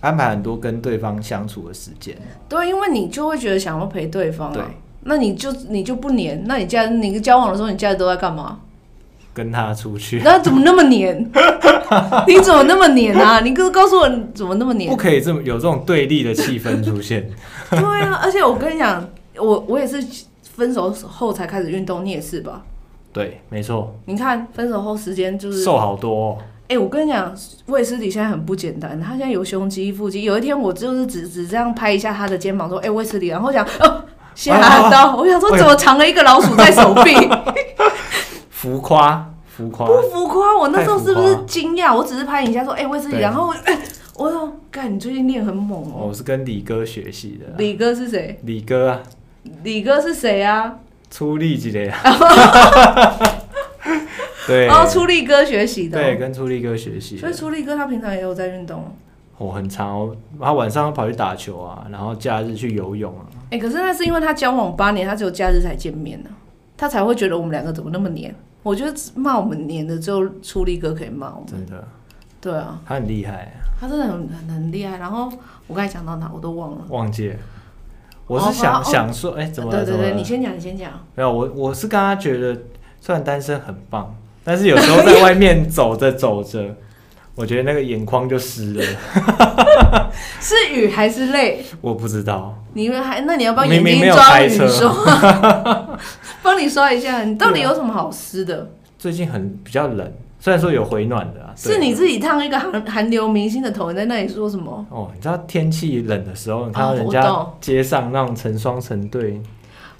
Speaker 2: 安排很多跟对方相处的时间。
Speaker 1: 对，因为你就会觉得想要陪对方
Speaker 2: 对
Speaker 1: 啊，那你就你就不黏，那你假你交往的时候，你假日都在干嘛？ <laughs>
Speaker 2: 跟他出去，
Speaker 1: 那怎么那么黏？ <laughs> 你怎么那么黏啊？你告告诉我你怎么那么黏
Speaker 2: 不？可以这么有这种对立的气氛出
Speaker 1: <laughs>
Speaker 2: 现。
Speaker 1: 对啊，而且我跟你讲，我我也是分手后才开始运动，你也是吧？
Speaker 2: 对，没错，
Speaker 1: 你看分手后时间就是
Speaker 2: 瘦好多、哦。
Speaker 1: 哎、我跟你讲，卫斯理现在很不简单，他现在有胸肌、腹肌。有一天我就是只只这样拍一下他的肩膀，说：“哎、卫斯理。”然后讲哦，吓到！我想说，
Speaker 2: 哎呦
Speaker 1: 怎么藏了一个老鼠在手
Speaker 2: 哎
Speaker 1: 臂？
Speaker 2: 浮夸，浮夸，
Speaker 1: 不浮夸，我那时候是不
Speaker 2: 太
Speaker 1: 是
Speaker 2: 浮夸
Speaker 1: 惊讶？我只是拍你一下，说：“哎、卫斯理。”
Speaker 2: 对
Speaker 1: 然后我、哎我说：“干，你最近练很猛哦。
Speaker 2: 我是跟李哥学习的啊。
Speaker 1: 李哥是谁？
Speaker 2: 李哥啊，
Speaker 1: 李哥是谁啊？
Speaker 2: 出力几的。对，
Speaker 1: 哦，出力哥学习的哦、
Speaker 2: 对，跟出力哥学习
Speaker 1: 所
Speaker 2: 的
Speaker 1: 以。出力哥他平常也有在运动哦。
Speaker 2: 我很常哦，他晚上跑去打球啊，然后假日去游泳啊。
Speaker 1: 哎、可是那是因为他交往八年，他只有假日才见面呢、他才会觉得我们两个怎么那么黏。我觉得只骂我们黏的只有出力哥可以骂我们。
Speaker 2: 真的，
Speaker 1: 对啊，
Speaker 2: 他很厉害，
Speaker 1: 他真的很很很厉害。然后我刚才讲到哪我都忘了。
Speaker 2: 忘记了。我
Speaker 1: 哦
Speaker 2: 是想、
Speaker 1: 哦
Speaker 2: 想说，哎、怎么了？
Speaker 1: 对对
Speaker 2: 怎么
Speaker 1: 对，
Speaker 2: 了
Speaker 1: 你先讲，你先讲。
Speaker 2: 没有，我我是跟他觉得，虽然单身很棒，但是有时候
Speaker 1: <laughs>
Speaker 2: 在外面走着走着，我觉得那个眼眶就湿了。 <laughs>
Speaker 1: 是雨还是泪？
Speaker 2: 我不知道，
Speaker 1: 你们还那你要帮
Speaker 2: 明
Speaker 1: 眼
Speaker 2: 明
Speaker 1: 睛
Speaker 2: 没有
Speaker 1: 抓
Speaker 2: 开
Speaker 1: 雨
Speaker 2: 车
Speaker 1: 刷，
Speaker 2: <laughs>
Speaker 1: 帮你刷一下。你到底
Speaker 2: 啊
Speaker 1: 有什么好湿的？
Speaker 2: 最近很比较冷，虽然说有回暖的啊。对
Speaker 1: 是你自己烫一个韩韩流明星的头，你在那里说什么？
Speaker 2: 哦，你知道天气冷的时候，你看到
Speaker 1: 哦
Speaker 2: 人
Speaker 1: 我
Speaker 2: 家
Speaker 1: 懂
Speaker 2: 街上那种成双成对，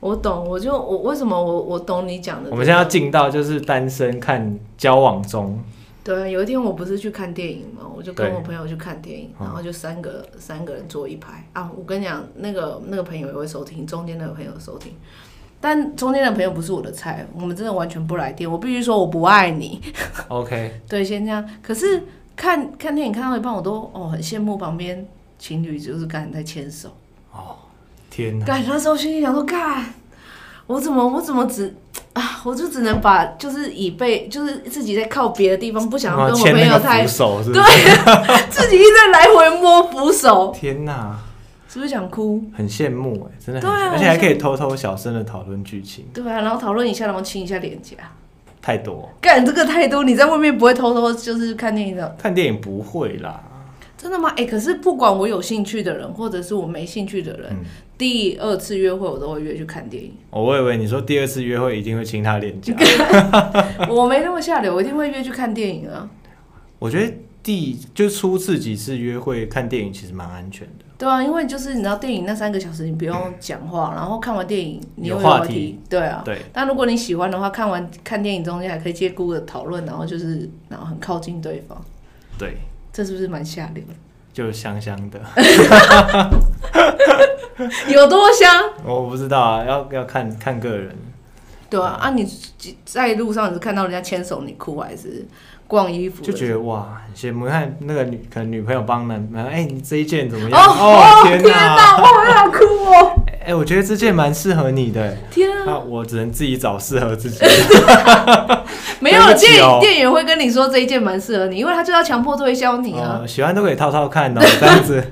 Speaker 1: 我懂，我就我为什么我我懂你讲的这个。
Speaker 2: 我们现在要进到就是单身看交往中，
Speaker 1: 对，有一天我不是去看电影嘛，我就跟
Speaker 2: 对
Speaker 1: 我朋友去看电影，
Speaker 2: 嗯
Speaker 1: 然后就三个、三个人坐一排啊。我跟你讲，那个那个朋友也会收听，中间那个朋友收听，但中间的朋友不是我的菜，我们真的完全不来电。我必须说我不爱你，
Speaker 2: OK，
Speaker 1: 对，先这样。可是看看电影看到一半，我都哦很羡慕旁边情侣就是干在牵手，
Speaker 2: 天哪，
Speaker 1: 干那时候心里想说干。我怎么我怎么只啊，我就只能把就是以被就是自己在靠别的地方，不想要
Speaker 2: 哇
Speaker 1: 跟我
Speaker 2: 啊牵
Speaker 1: 朋
Speaker 2: 那
Speaker 1: 友
Speaker 2: 个
Speaker 1: 太
Speaker 2: 扶手是不是？
Speaker 1: 对，自己一直在来回摸扶手，
Speaker 2: 天哪，
Speaker 1: 是不是想哭？
Speaker 2: 很羡慕哎，真的很，
Speaker 1: 对啊
Speaker 2: 而且还可以偷偷小声的讨论剧情，
Speaker 1: 对啊，然后讨论一下，然后亲一下脸颊。
Speaker 2: 太多。
Speaker 1: 干这个太多，你在外面不会偷偷就是看电影的，
Speaker 2: 看电影不会啦，
Speaker 1: 真的吗？哎、可是不管我有兴趣的人，或者是我没兴趣的人，
Speaker 2: 嗯
Speaker 1: 第二次约会我都会约去看电影。 <laughs>
Speaker 2: 哦我以为你说第二次约会一定会亲他脸颊，
Speaker 1: 我没那么下流，我一定会约去看电影啊。
Speaker 2: 我觉得第就初次几次约会看电影其实蛮安全的，
Speaker 1: 对啊，因为就是你知道电影那三个小时你不用讲话，然后看完电影你
Speaker 2: 有
Speaker 1: 又有
Speaker 2: 话
Speaker 1: 话
Speaker 2: 题
Speaker 1: 题，对啊。
Speaker 2: 对，
Speaker 1: 但如果你喜欢的话，看完看电影中间还可以借故的讨论，然后就是然后很靠近对方，
Speaker 2: 对，
Speaker 1: 这是不是蛮下流的？
Speaker 2: 就香香的，
Speaker 1: <laughs> 有多香？
Speaker 2: 我不知道啊，要要看看个人，
Speaker 1: 对啊，啊你在路上你是看到人家牵手你哭，还是逛衣服的
Speaker 2: 就觉得哇很羡慕，看那个女可能女朋友帮男朋友，哎、你这一件怎么
Speaker 1: 哦
Speaker 2: 样？
Speaker 1: 哦天
Speaker 2: 哪，
Speaker 1: 哪，我好想哭哦！
Speaker 2: 哎、我觉得这件蛮适合你的，欸 <laughs>
Speaker 1: 天啊，
Speaker 2: 那我只能自己找适合自己，
Speaker 1: 没有
Speaker 2: 对不起
Speaker 1: 店
Speaker 2: 哦
Speaker 1: 店员会跟你说这一件蛮适合你，因为他就要强迫推销你啊。
Speaker 2: 哦，喜欢都可以套套看哦，这样
Speaker 1: <laughs>
Speaker 2: 子，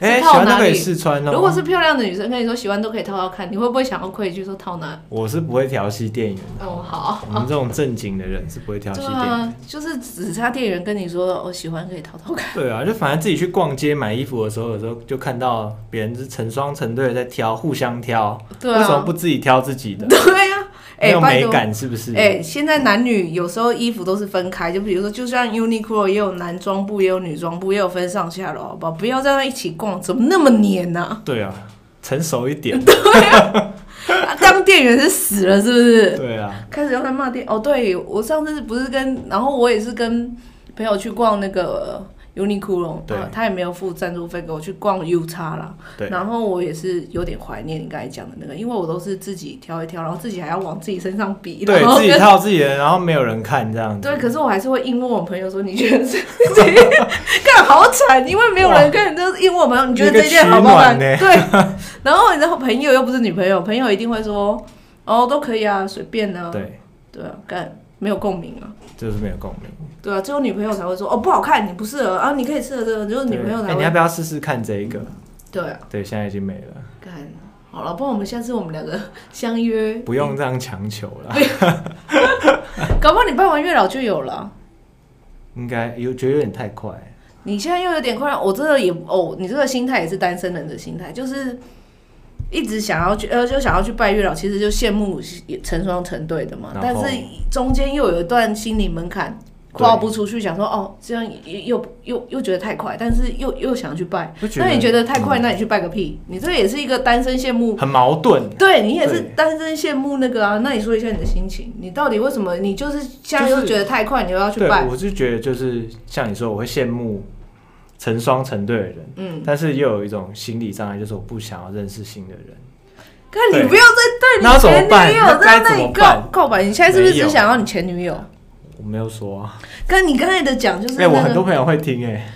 Speaker 2: 哎、
Speaker 1: 是
Speaker 2: 喜
Speaker 1: 套
Speaker 2: 欢都
Speaker 1: 哪
Speaker 2: 可以
Speaker 1: 里
Speaker 2: 试穿哦。
Speaker 1: 如果是漂亮的女生跟你说喜欢都可以套套看，你会不会想要愧疚说套哪？
Speaker 2: 我是不会调戏店员的，
Speaker 1: 哦，好。
Speaker 2: 我们这种正经的人是不会调戏
Speaker 1: 对
Speaker 2: 店员。
Speaker 1: 啊，就是只差店员跟你说我、哦、喜欢可以套
Speaker 2: <laughs>
Speaker 1: 套看。
Speaker 2: 对啊，就反正自己去逛街买衣服的时候，有时候就看到别人是成双成对的在挑，互相挑，
Speaker 1: 对
Speaker 2: 为什么
Speaker 1: 啊
Speaker 2: 不，自己挑自己的？
Speaker 1: 对呀、啊，哎、
Speaker 2: 没有
Speaker 1: 拜
Speaker 2: 美
Speaker 1: 托。
Speaker 2: 感是不是？
Speaker 1: 哎、现在男女有时候衣服都是分开，就比如说，就像 Uniqlo 也有男装部，也有女装部，也有分上下楼，好不好？不要在那一起逛，怎么那么黏呢、
Speaker 2: 对啊，成熟一
Speaker 1: <laughs>
Speaker 2: 点。
Speaker 1: 啊？ <laughs> 当店员是死了是不是？
Speaker 2: 对啊，
Speaker 1: 开始又在骂店哦，对我上次不是跟，然后我也是跟朋友去逛那个 Uniqlo，
Speaker 2: 对
Speaker 1: 他他也没有付赞助费给我去逛 U 叉啦，
Speaker 2: 对，
Speaker 1: 然后我也是有点怀念你刚才讲的那个，因为我都是自己挑一挑，然后自己还要往自己身上比，然
Speaker 2: 对
Speaker 1: 后
Speaker 2: 自己
Speaker 1: 跟
Speaker 2: 套自己的，然后没有人看这样子。
Speaker 1: 对，可是我还是会硬问我朋友说：“你觉得这这干好惨？”因为没有人看，就是硬问我朋友：“你觉得这件好不好
Speaker 2: <laughs>
Speaker 1: 看？”
Speaker 2: 一个取暖呢
Speaker 1: 对， <laughs> 然后然后朋友又不是女朋友，朋友一定会说：“哦，都可以啊，随便啊。
Speaker 2: 对，”
Speaker 1: 对啊，干没有共鸣啊，
Speaker 2: 就是没有共鸣。
Speaker 1: 对啊，只有女朋友才会说哦不好看，你不适合啊，你可以适合这个，只有女朋友
Speaker 2: 对
Speaker 1: 才
Speaker 2: 哎你要
Speaker 1: 会。
Speaker 2: 不要试试看这一个？
Speaker 1: 对啊，
Speaker 2: 对，现在已经没了，
Speaker 1: 干好了，不然我们下次我们两个相约，
Speaker 2: 不用这样强求了。
Speaker 1: 搞不好你办完月老就有了。
Speaker 2: 应该有觉得有点太快，
Speaker 1: 你现在又有点困扰，我真的也哦，你这个心态也是单身人的心态，就是一直想要去呃，就想要去拜月老，其实就羡慕成双成对的嘛。
Speaker 2: 然
Speaker 1: 但
Speaker 2: 后
Speaker 1: 是中间又有一段心理门槛跨不出去，想说哦，这样又又又又觉得太快，但是又又想去拜。
Speaker 2: 不觉
Speaker 1: 那
Speaker 2: 得？嗯
Speaker 1: 你觉得太快，那你去拜个屁！你这也是一个单身羡慕，
Speaker 2: 很矛盾？
Speaker 1: 对你也是
Speaker 2: 嗯对
Speaker 1: 单身羡慕那个啊。那你说一下你的心情，你到底为什么？你就是现在
Speaker 2: 就
Speaker 1: 又
Speaker 2: 是
Speaker 1: 觉得太快，你又要去
Speaker 2: 对
Speaker 1: 拜，？
Speaker 2: 我是觉得就是像你说，我会羡慕成双成对的人，
Speaker 1: 嗯。
Speaker 2: 但是又有一种心理障碍，就是我不想要认识新的人。
Speaker 1: 看你
Speaker 2: 对
Speaker 1: 不要再
Speaker 2: 那怎
Speaker 1: 对
Speaker 2: 么
Speaker 1: 你前
Speaker 2: 办
Speaker 1: 女友
Speaker 2: 那
Speaker 1: 在
Speaker 2: 该
Speaker 1: 那
Speaker 2: 怎
Speaker 1: 里
Speaker 2: 么
Speaker 1: 告
Speaker 2: 办
Speaker 1: 告白，你现在是不是
Speaker 2: 没
Speaker 1: 只
Speaker 2: 有啊
Speaker 1: 想要你前女友？
Speaker 2: 我没有说、啊，
Speaker 1: 跟你刚才的讲就是
Speaker 2: 哎、
Speaker 1: 那
Speaker 2: 我很多
Speaker 1: 个
Speaker 2: 朋友会听、哎，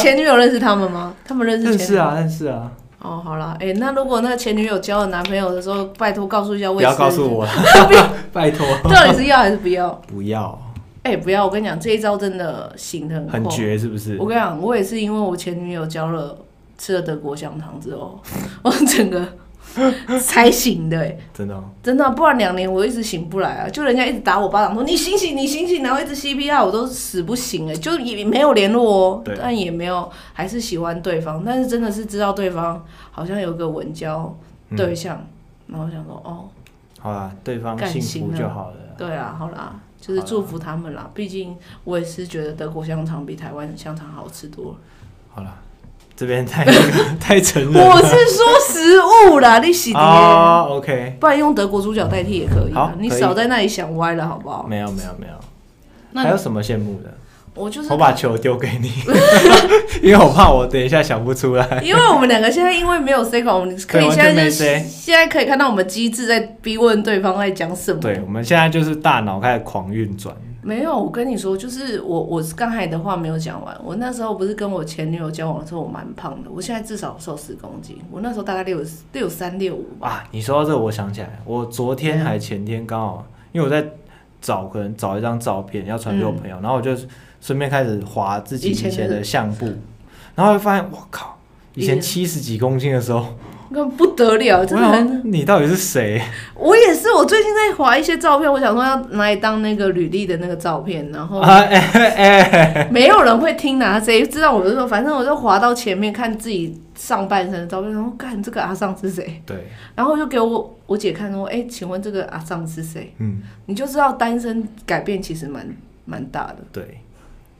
Speaker 1: 前女友认识他们吗？他们认识
Speaker 2: 认
Speaker 1: 前
Speaker 2: 识
Speaker 1: 女友？
Speaker 2: 啊，认识啊，
Speaker 1: 哦，好啦，哎，那如果那个前女友交了男朋友的时候，拜托告诉一下
Speaker 2: 不
Speaker 1: 魏，
Speaker 2: 要告诉，我， <laughs> 拜托，
Speaker 1: 到底是要还是不要？
Speaker 2: 不要，
Speaker 1: 哎，不要！我跟你讲，这一招真的行得很
Speaker 2: 很
Speaker 1: 厚。
Speaker 2: 绝是不是
Speaker 1: 我？跟你讲，我也是因为我前女友交了吃了德国香肠之后， <laughs> 我整个 <laughs> 才醒的、哎
Speaker 2: 真的哦、
Speaker 1: 真的啊、不然两年我一直醒不来啊！就人家一直打我巴掌说你醒醒你醒醒，然后一直 CPR 我都死不醒哎、就也没有联络哦
Speaker 2: 对，
Speaker 1: 但也没有还是喜欢对方，但是真的是知道对方好像有个稳交
Speaker 2: 嗯
Speaker 1: 对象，然后想说哦，
Speaker 2: 好啦，对方
Speaker 1: 感
Speaker 2: 幸
Speaker 1: 情
Speaker 2: 福
Speaker 1: 啊
Speaker 2: 就好了。
Speaker 1: 对啊，好啦，就是
Speaker 2: 好啦
Speaker 1: 祝福他们啦，毕竟我也是觉得德国香肠比台湾香肠好吃多
Speaker 2: <laughs>
Speaker 1: 了。
Speaker 2: 好啦，这边太 <laughs> 太成人
Speaker 1: 我
Speaker 2: 了。
Speaker 1: 是说食物啦，你洗的耶。
Speaker 2: 哦 o k
Speaker 1: 不然用德国猪脚代替也可以啊
Speaker 2: 好，
Speaker 1: 你
Speaker 2: 可以
Speaker 1: 少在那里想歪了好不好？
Speaker 2: 没有没有没有，
Speaker 1: 那
Speaker 2: 还
Speaker 1: 你
Speaker 2: 有什么羡慕的？
Speaker 1: 我就是
Speaker 2: 我把球丢给
Speaker 1: <laughs>
Speaker 2: 你，因为我怕我等一下想不出来。
Speaker 1: 因为我们两个现在因为没有 say 我们可以
Speaker 2: 对
Speaker 1: 现在
Speaker 2: 完
Speaker 1: 就
Speaker 2: 全
Speaker 1: 是
Speaker 2: 没 say
Speaker 1: 现在可以看到我们机智在逼问对方在讲什么。
Speaker 2: 对，我们现在就是大脑开始狂运转，
Speaker 1: 没有，我跟你说，就是我我刚才的话没有讲完。我那时候不是跟我前女友交往的时候，我蛮胖的，我现在至少瘦十公斤。我那时候大概六六三六五吧。
Speaker 2: 啊！你说到这个，我想起来，我昨天还前天刚好，因为我在找可能找一张照片要传给我朋友，然后我就顺便开始划自己
Speaker 1: 嗯以
Speaker 2: 以
Speaker 1: 前的
Speaker 2: 前的相簿，然后就发现我靠，以
Speaker 1: 以前
Speaker 2: 前七十几公斤的时候，
Speaker 1: 那不得了，
Speaker 2: 我
Speaker 1: 真的很。
Speaker 2: 想你到底是谁？
Speaker 1: 我也是，我最近在划一些照片，我想说要拿来当那个履历的那个照片，然后
Speaker 2: 啊 <laughs> 哎哎，
Speaker 1: 没有人会听啊，谁知道我就说，反正我就滑到前面看自己上半身的照片，然后看这个阿尚是谁。
Speaker 2: 对，
Speaker 1: 然后就给我我姐看说，哎、请问这个阿尚是谁？
Speaker 2: 嗯
Speaker 1: 你就知道单身改变其实蛮蛮大的。
Speaker 2: 对，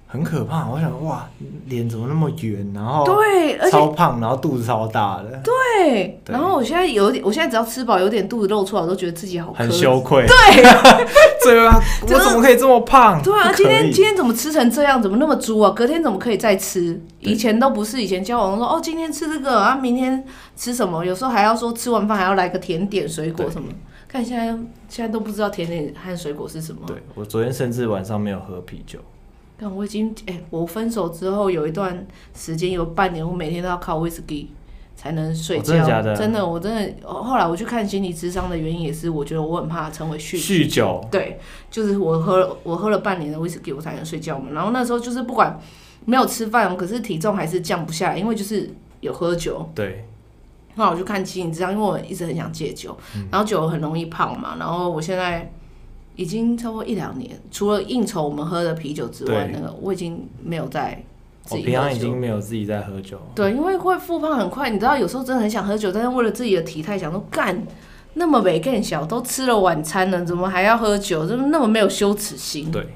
Speaker 2: 很可怕。我想哇，脸怎么那么圆，然后
Speaker 1: 对，而且
Speaker 2: 超胖，然后肚子超大的，
Speaker 1: 对，
Speaker 2: 对
Speaker 1: 然后我现在有点，我现在只要吃饱有点肚子露出来，我都觉得自己好
Speaker 2: 很
Speaker 1: 苛
Speaker 2: 羞
Speaker 1: 责。
Speaker 2: 愧。
Speaker 1: 对
Speaker 2: <laughs> 对啊，
Speaker 1: 真的
Speaker 2: 我怎么可以这么胖？
Speaker 1: 对啊，
Speaker 2: 不可
Speaker 1: 今天
Speaker 2: 以
Speaker 1: 今天怎么吃成这样？怎么那么猪啊？隔天怎么可以再吃？
Speaker 2: 对
Speaker 1: 以前都不是，以前交往说哦，今天吃这个啊，明天吃什么？有时候还要说吃完饭还要来个甜点、水果
Speaker 2: 对
Speaker 1: 什么。看现在现在都不知道甜点和水果是什么。
Speaker 2: 对我昨天甚至晚上没有喝啤酒，
Speaker 1: 但我已经哎、我分手之后有一段时间，有半年，我每天都要靠威士忌才能睡
Speaker 2: 哦
Speaker 1: 觉。
Speaker 2: 真的假的
Speaker 1: 真的我真的哦后来我去看心理智商的原因也是，我觉得我很怕成为酗酒。
Speaker 2: 酗酒
Speaker 1: 对，就是我喝我喝了半年的威士忌，我才能睡觉嘛。然后那时候就是不管没有吃饭，可是体重还是降不下来，因为就是有喝酒。
Speaker 2: 对，
Speaker 1: 后来我就看心理智商，因为我一直很想戒酒，
Speaker 2: 嗯
Speaker 1: 然后酒很容易胖嘛。然后我现在已经差不多一两年，除了应酬我们喝的啤酒之外，
Speaker 2: 对
Speaker 1: 那个我已经没有在自
Speaker 2: 我
Speaker 1: 己
Speaker 2: 平
Speaker 1: 喝
Speaker 2: 常已
Speaker 1: 酒。
Speaker 2: 经没有自己在喝酒，
Speaker 1: 对，因为会复胖很快，你知道，有时候真的很想喝酒，但是为了自己的体态，想说干那么没更小，都吃了晚餐了，怎么还要喝酒？怎么那么没有羞耻心？
Speaker 2: 对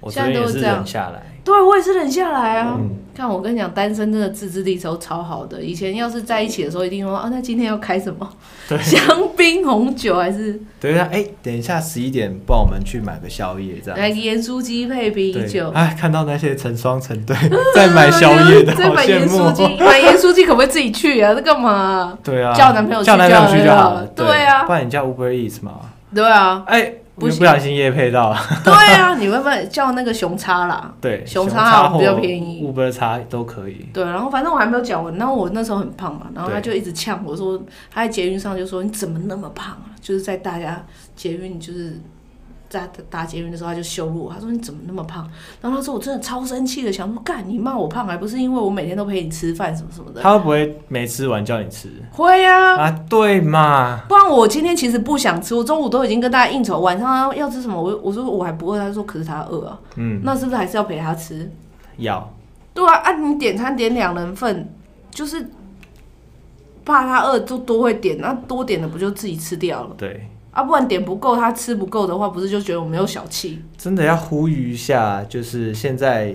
Speaker 2: 我昨
Speaker 1: 现在
Speaker 2: 天也
Speaker 1: 都
Speaker 2: 是
Speaker 1: 这样
Speaker 2: 忍下来，
Speaker 1: 对我也是忍下来啊。
Speaker 2: 嗯
Speaker 1: 看我跟你讲，单身真的自制力都超好的。以前要是在一起的时候，一定说啊，那今天要开什么？
Speaker 2: 对
Speaker 1: 香槟红酒还是
Speaker 2: 等一下，哎，等一下十一点，帮我们去买个宵夜这
Speaker 1: 来
Speaker 2: 样。
Speaker 1: 盐酥鸡配啤
Speaker 2: 对，
Speaker 1: 酒？
Speaker 2: 哎，看到那些成双成
Speaker 1: <laughs>
Speaker 2: 对在买宵夜的，
Speaker 1: 再
Speaker 2: 好
Speaker 1: 啊买
Speaker 2: 羡
Speaker 1: 盐酥
Speaker 2: 慕。哦
Speaker 1: 鸡，
Speaker 2: <laughs>
Speaker 1: 买盐酥鸡可不可以自己去啊？那干嘛啊、
Speaker 2: 对啊，
Speaker 1: 叫男朋友去
Speaker 2: 叫男朋友去
Speaker 1: 就
Speaker 2: 就
Speaker 1: 好
Speaker 2: 好
Speaker 1: 了
Speaker 2: 了。
Speaker 1: 对啊
Speaker 2: 不然你叫 Uber Eats 嘛。
Speaker 1: 对啊，
Speaker 2: 哎，
Speaker 1: 不
Speaker 2: 你
Speaker 1: 行
Speaker 2: 不小心夜配到了， <laughs>
Speaker 1: 对啊，你会不会叫那个熊叉啦？
Speaker 2: 对，
Speaker 1: 熊
Speaker 2: 叉
Speaker 1: 叉比较便宜
Speaker 2: ，Uber 叉都可以。
Speaker 1: 对，然后反正我还没有讲完，然后我那时候很胖嘛，然后他就
Speaker 2: 对
Speaker 1: 一直呛我说，他在捷运上就说你怎么那么胖啊？就是在大家捷运就是在搭捷运的时候，他就羞辱我，他说你怎么那么胖？然后他说我真的超生气的，想说干你骂我胖，还不是因为我每天都陪你吃饭什么什么的。
Speaker 2: 他会不会没吃完叫你吃
Speaker 1: 会呀、
Speaker 2: 啊？对嘛，
Speaker 1: 不然我今天其实不想吃，我中午都已经跟大家应酬，晚上要吃什么？我我说我还不饿，他说可是他饿啊，
Speaker 2: 嗯，
Speaker 1: 那是不是还是要陪他吃？
Speaker 2: 要
Speaker 1: 对啊，啊你点餐点两人份，就是怕他饿就多会点，那多点的不就自己吃掉了？
Speaker 2: 对，
Speaker 1: 啊，不然点不够，他吃不够的话，不是就觉得我没有小气？
Speaker 2: 真的要呼吁一下，就是现在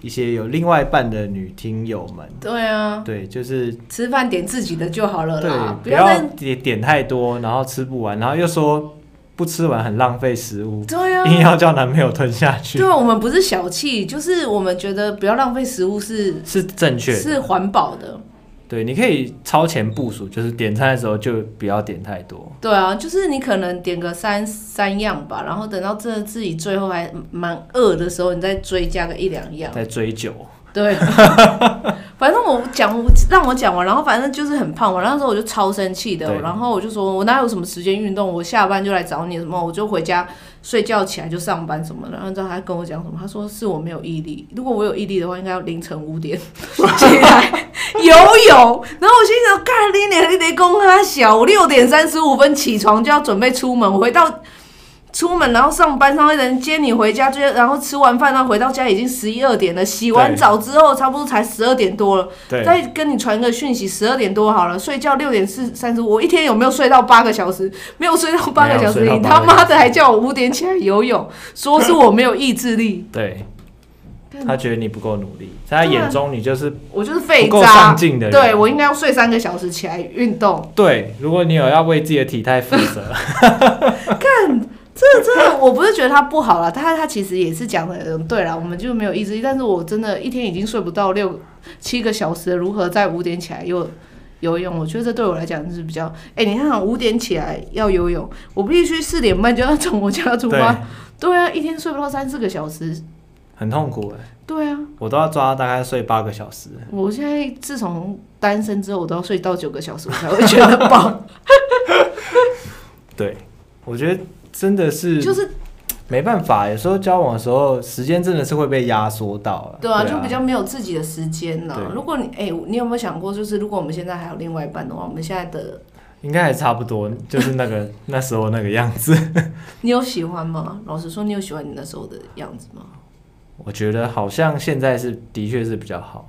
Speaker 2: 一些有另外一半的女听友们，
Speaker 1: 对啊，
Speaker 2: 对，就是
Speaker 1: 吃饭点自己的就好了啦，
Speaker 2: 对，不
Speaker 1: 不要
Speaker 2: 要
Speaker 1: 再
Speaker 2: 点点太多，然后吃不完，然后又说不吃完很浪费食物，
Speaker 1: 对啊，
Speaker 2: 硬要叫男朋友吞下
Speaker 1: 对
Speaker 2: 去，
Speaker 1: 啊，我们不是小气，就是我们觉得不要浪费食物是
Speaker 2: 是正确的。
Speaker 1: 是环保的。
Speaker 2: 对，你可以超前部署，就是点餐的时候就不要点太多。
Speaker 1: 对啊，就是你可能点个三三样吧，然后等到真的自己最后还蛮饿的时候，你再追加个一两样。
Speaker 2: 在追酒，
Speaker 1: <laughs> 对，反正我讲我让我讲完，然后反正就是很胖嘛，那时候我就超生气的，
Speaker 2: 对
Speaker 1: 然后我就说我哪有什么时间运动，我下班就来找你什么，我就回家睡觉起来就上班什么的，然后你知道他跟我讲什么？他说是我没有毅力，如果我有毅力的话，应该要凌晨五点起来 <laughs> 游泳，然后我心想，干你娘，你得供他小，我啊六点三十五分起床就要准备出门，我回到。出门，然后上班，上班人接你回家，就然后吃完饭，然后回到家已经十一二点了。洗完
Speaker 2: 对
Speaker 1: 澡之后，差不多才十二点多了。
Speaker 2: 对，
Speaker 1: 再跟你传个讯息，十二点多好了，睡觉六点四三十五。我一天有没有睡到八个小时？没有睡到八个小时，
Speaker 2: 没有
Speaker 1: 你
Speaker 2: 睡到八
Speaker 1: 他
Speaker 2: 个
Speaker 1: 妈的还叫我五点起来游泳，说是我没有意志力，
Speaker 2: 对，他觉得你不够努力，
Speaker 1: 啊
Speaker 2: 在他眼中你就是
Speaker 1: 我就是
Speaker 2: 不
Speaker 1: 废
Speaker 2: 够
Speaker 1: 渣
Speaker 2: 上。进的人。
Speaker 1: 对我应该要睡三个小时起来运动。
Speaker 2: 对，如果你有要为自己的体态负
Speaker 1: <laughs>
Speaker 2: 责，
Speaker 1: 真的，我不是觉得他不好啦，他他其实也是讲的，嗯对啦，我们就没有意志力，但是我真的一天已经睡不到六七个小时了，如何在五点起来又游泳？我觉得这对我来讲是比较，哎、你看五点起来要游泳，我必须四点半就要从我家出
Speaker 2: 对，
Speaker 1: 发，对啊，一天睡不到三四个小时，
Speaker 2: 很痛苦哎，
Speaker 1: 对啊，
Speaker 2: 我都要抓大概睡八个小时。
Speaker 1: 我现在自从单身之后，我都要睡到九个小时，我才会觉得饱，
Speaker 2: 对，我觉得真的 <laughs> 是
Speaker 1: 就是
Speaker 2: 没办法，有时候交往的时候，时间真的是会被压缩到啊
Speaker 1: 对啊，就比较没有自己的时间呢、
Speaker 2: 对
Speaker 1: 如果你哎、你有没有想过，就是如果我们现在还有另外一半的话，我们现在的
Speaker 2: 应该还差不多，就是那个 <laughs> 那时候那个样子。
Speaker 1: 你有喜欢吗？老实说，你有喜欢你那时候的样子吗？
Speaker 2: 我觉得好像现在是的确是比较好，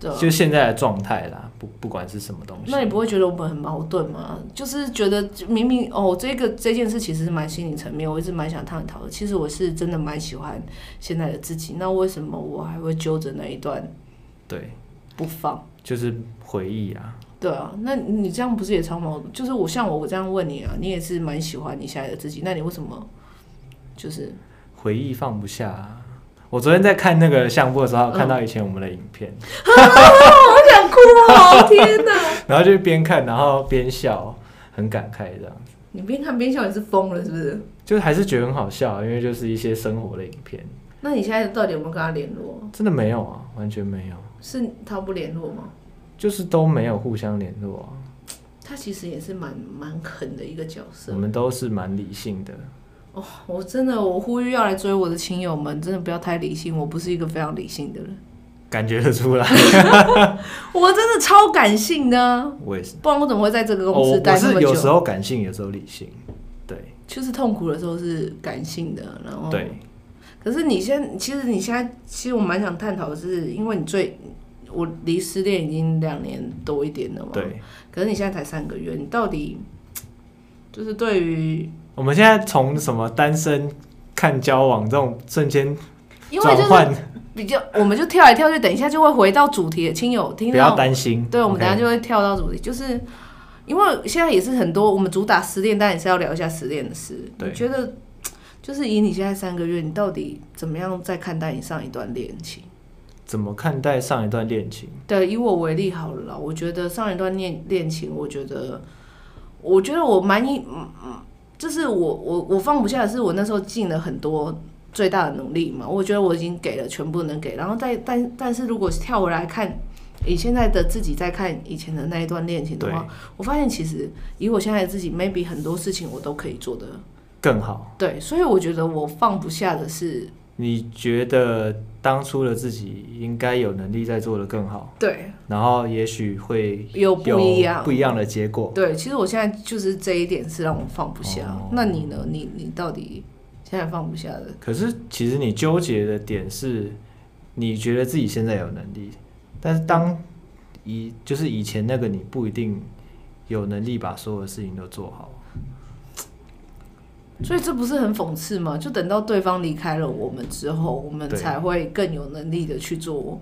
Speaker 1: 对、啊，
Speaker 2: 就现在的状态啦，不不管是什么东西
Speaker 1: 那，你不会觉得我们很矛盾吗？就是觉得明明哦，这个这件事其实是蛮心理层面，我一直蛮想探讨的。其实我是真的蛮喜欢现在的自己，那为什么我还会揪着那一段
Speaker 2: 对，
Speaker 1: 不放？
Speaker 2: 就是回忆啊，
Speaker 1: 对啊，那你这样不是也超矛盾？就是我像我我这样问你啊，你也是蛮喜欢你现在的自己，那你为什么就是
Speaker 2: 回忆放不下、啊。我昨天在看那个相簿的时候，看到以前我们的影片，
Speaker 1: 嗯好想哭哦！天哪，
Speaker 2: <laughs> 然后就边看然后边笑，很感慨这样，
Speaker 1: <laughs> 你边看边笑，你是疯了是不是？
Speaker 2: 就是还是觉得很好笑啊，因为就是一些生活的影片，
Speaker 1: 那你现在到底有没有跟他联络？
Speaker 2: 真的没有啊，完全没有，
Speaker 1: 是他不联络吗？
Speaker 2: 就是都没有互相联络啊、
Speaker 1: 他其实也是蛮蛮狠的一个角色
Speaker 2: 我。们都是蛮理性的，
Speaker 1: 哦，我真的我呼吁要来追我的亲友们，真的不要太理性，我不是一个非常理性的人，
Speaker 2: 感觉得出来。
Speaker 1: <laughs> 我真的超感性的啊、
Speaker 2: 我也是，
Speaker 1: 不然我怎么会在这个
Speaker 2: 哦
Speaker 1: 公
Speaker 2: 我
Speaker 1: 司
Speaker 2: 我
Speaker 1: 待那
Speaker 2: 是
Speaker 1: 么
Speaker 2: 有
Speaker 1: 久？
Speaker 2: 时候感性，有时候理性，对
Speaker 1: 就是痛苦的时候是感性的，然后
Speaker 2: 对。
Speaker 1: 可是你现在，其实你现在，其实我蛮想探讨的是，因为你最，我离失恋已经两年多一点了嘛。。
Speaker 2: 对，
Speaker 1: 可是你现在才三个月，你到底就是对于，
Speaker 2: 我们现在从什么单身看交往这种瞬间
Speaker 1: 因为
Speaker 2: 转
Speaker 1: 就是
Speaker 2: 换，
Speaker 1: 比较，我们就跳来跳去，等一下就会回到主题。亲友听
Speaker 2: 不要
Speaker 1: 到，
Speaker 2: 担心。
Speaker 1: 对，我们等一下
Speaker 2: OK，
Speaker 1: 就会跳到主题，就是因为现在也是很多，我们主打失恋，但也是要聊一下失恋的事。
Speaker 2: 对
Speaker 1: 你觉得就是以你现在三个月，你到底怎么样在看待你上一段恋情？
Speaker 2: 怎么看待上一段恋情？
Speaker 1: 对，以我为例好了啦，我觉得上一段恋恋情，我觉得，我觉得我蛮一，嗯嗯，就是我我我放不下的是我那时候尽了很多最大的努力嘛，我觉得我已经给了全部能给，然后再但但是如果跳回来看。以现在的自己再看以前的那一段恋情的话，我发现其实以我现在的自己，maybe 很多事情我都可以做得
Speaker 2: 更好？
Speaker 1: 对，所以我觉得我放不下的是，
Speaker 2: 你觉得当初的自己应该有能力再做得更好，
Speaker 1: 对
Speaker 2: 然后也许会
Speaker 1: 有不一样
Speaker 2: 不一样的结果。
Speaker 1: 对，其实我现在就是这一点是让我放不下。
Speaker 2: 哦
Speaker 1: 那你呢？你你到底现在放不下的？
Speaker 2: 可是其实你纠结的点是，你觉得自己现在有能力，但是当以就是以前那个你不一定有能力把所有的事情都做好。
Speaker 1: 所以这不是很讽刺吗？就等到对方离开了我们之后，我们
Speaker 2: 对
Speaker 1: 才会更有能力的去做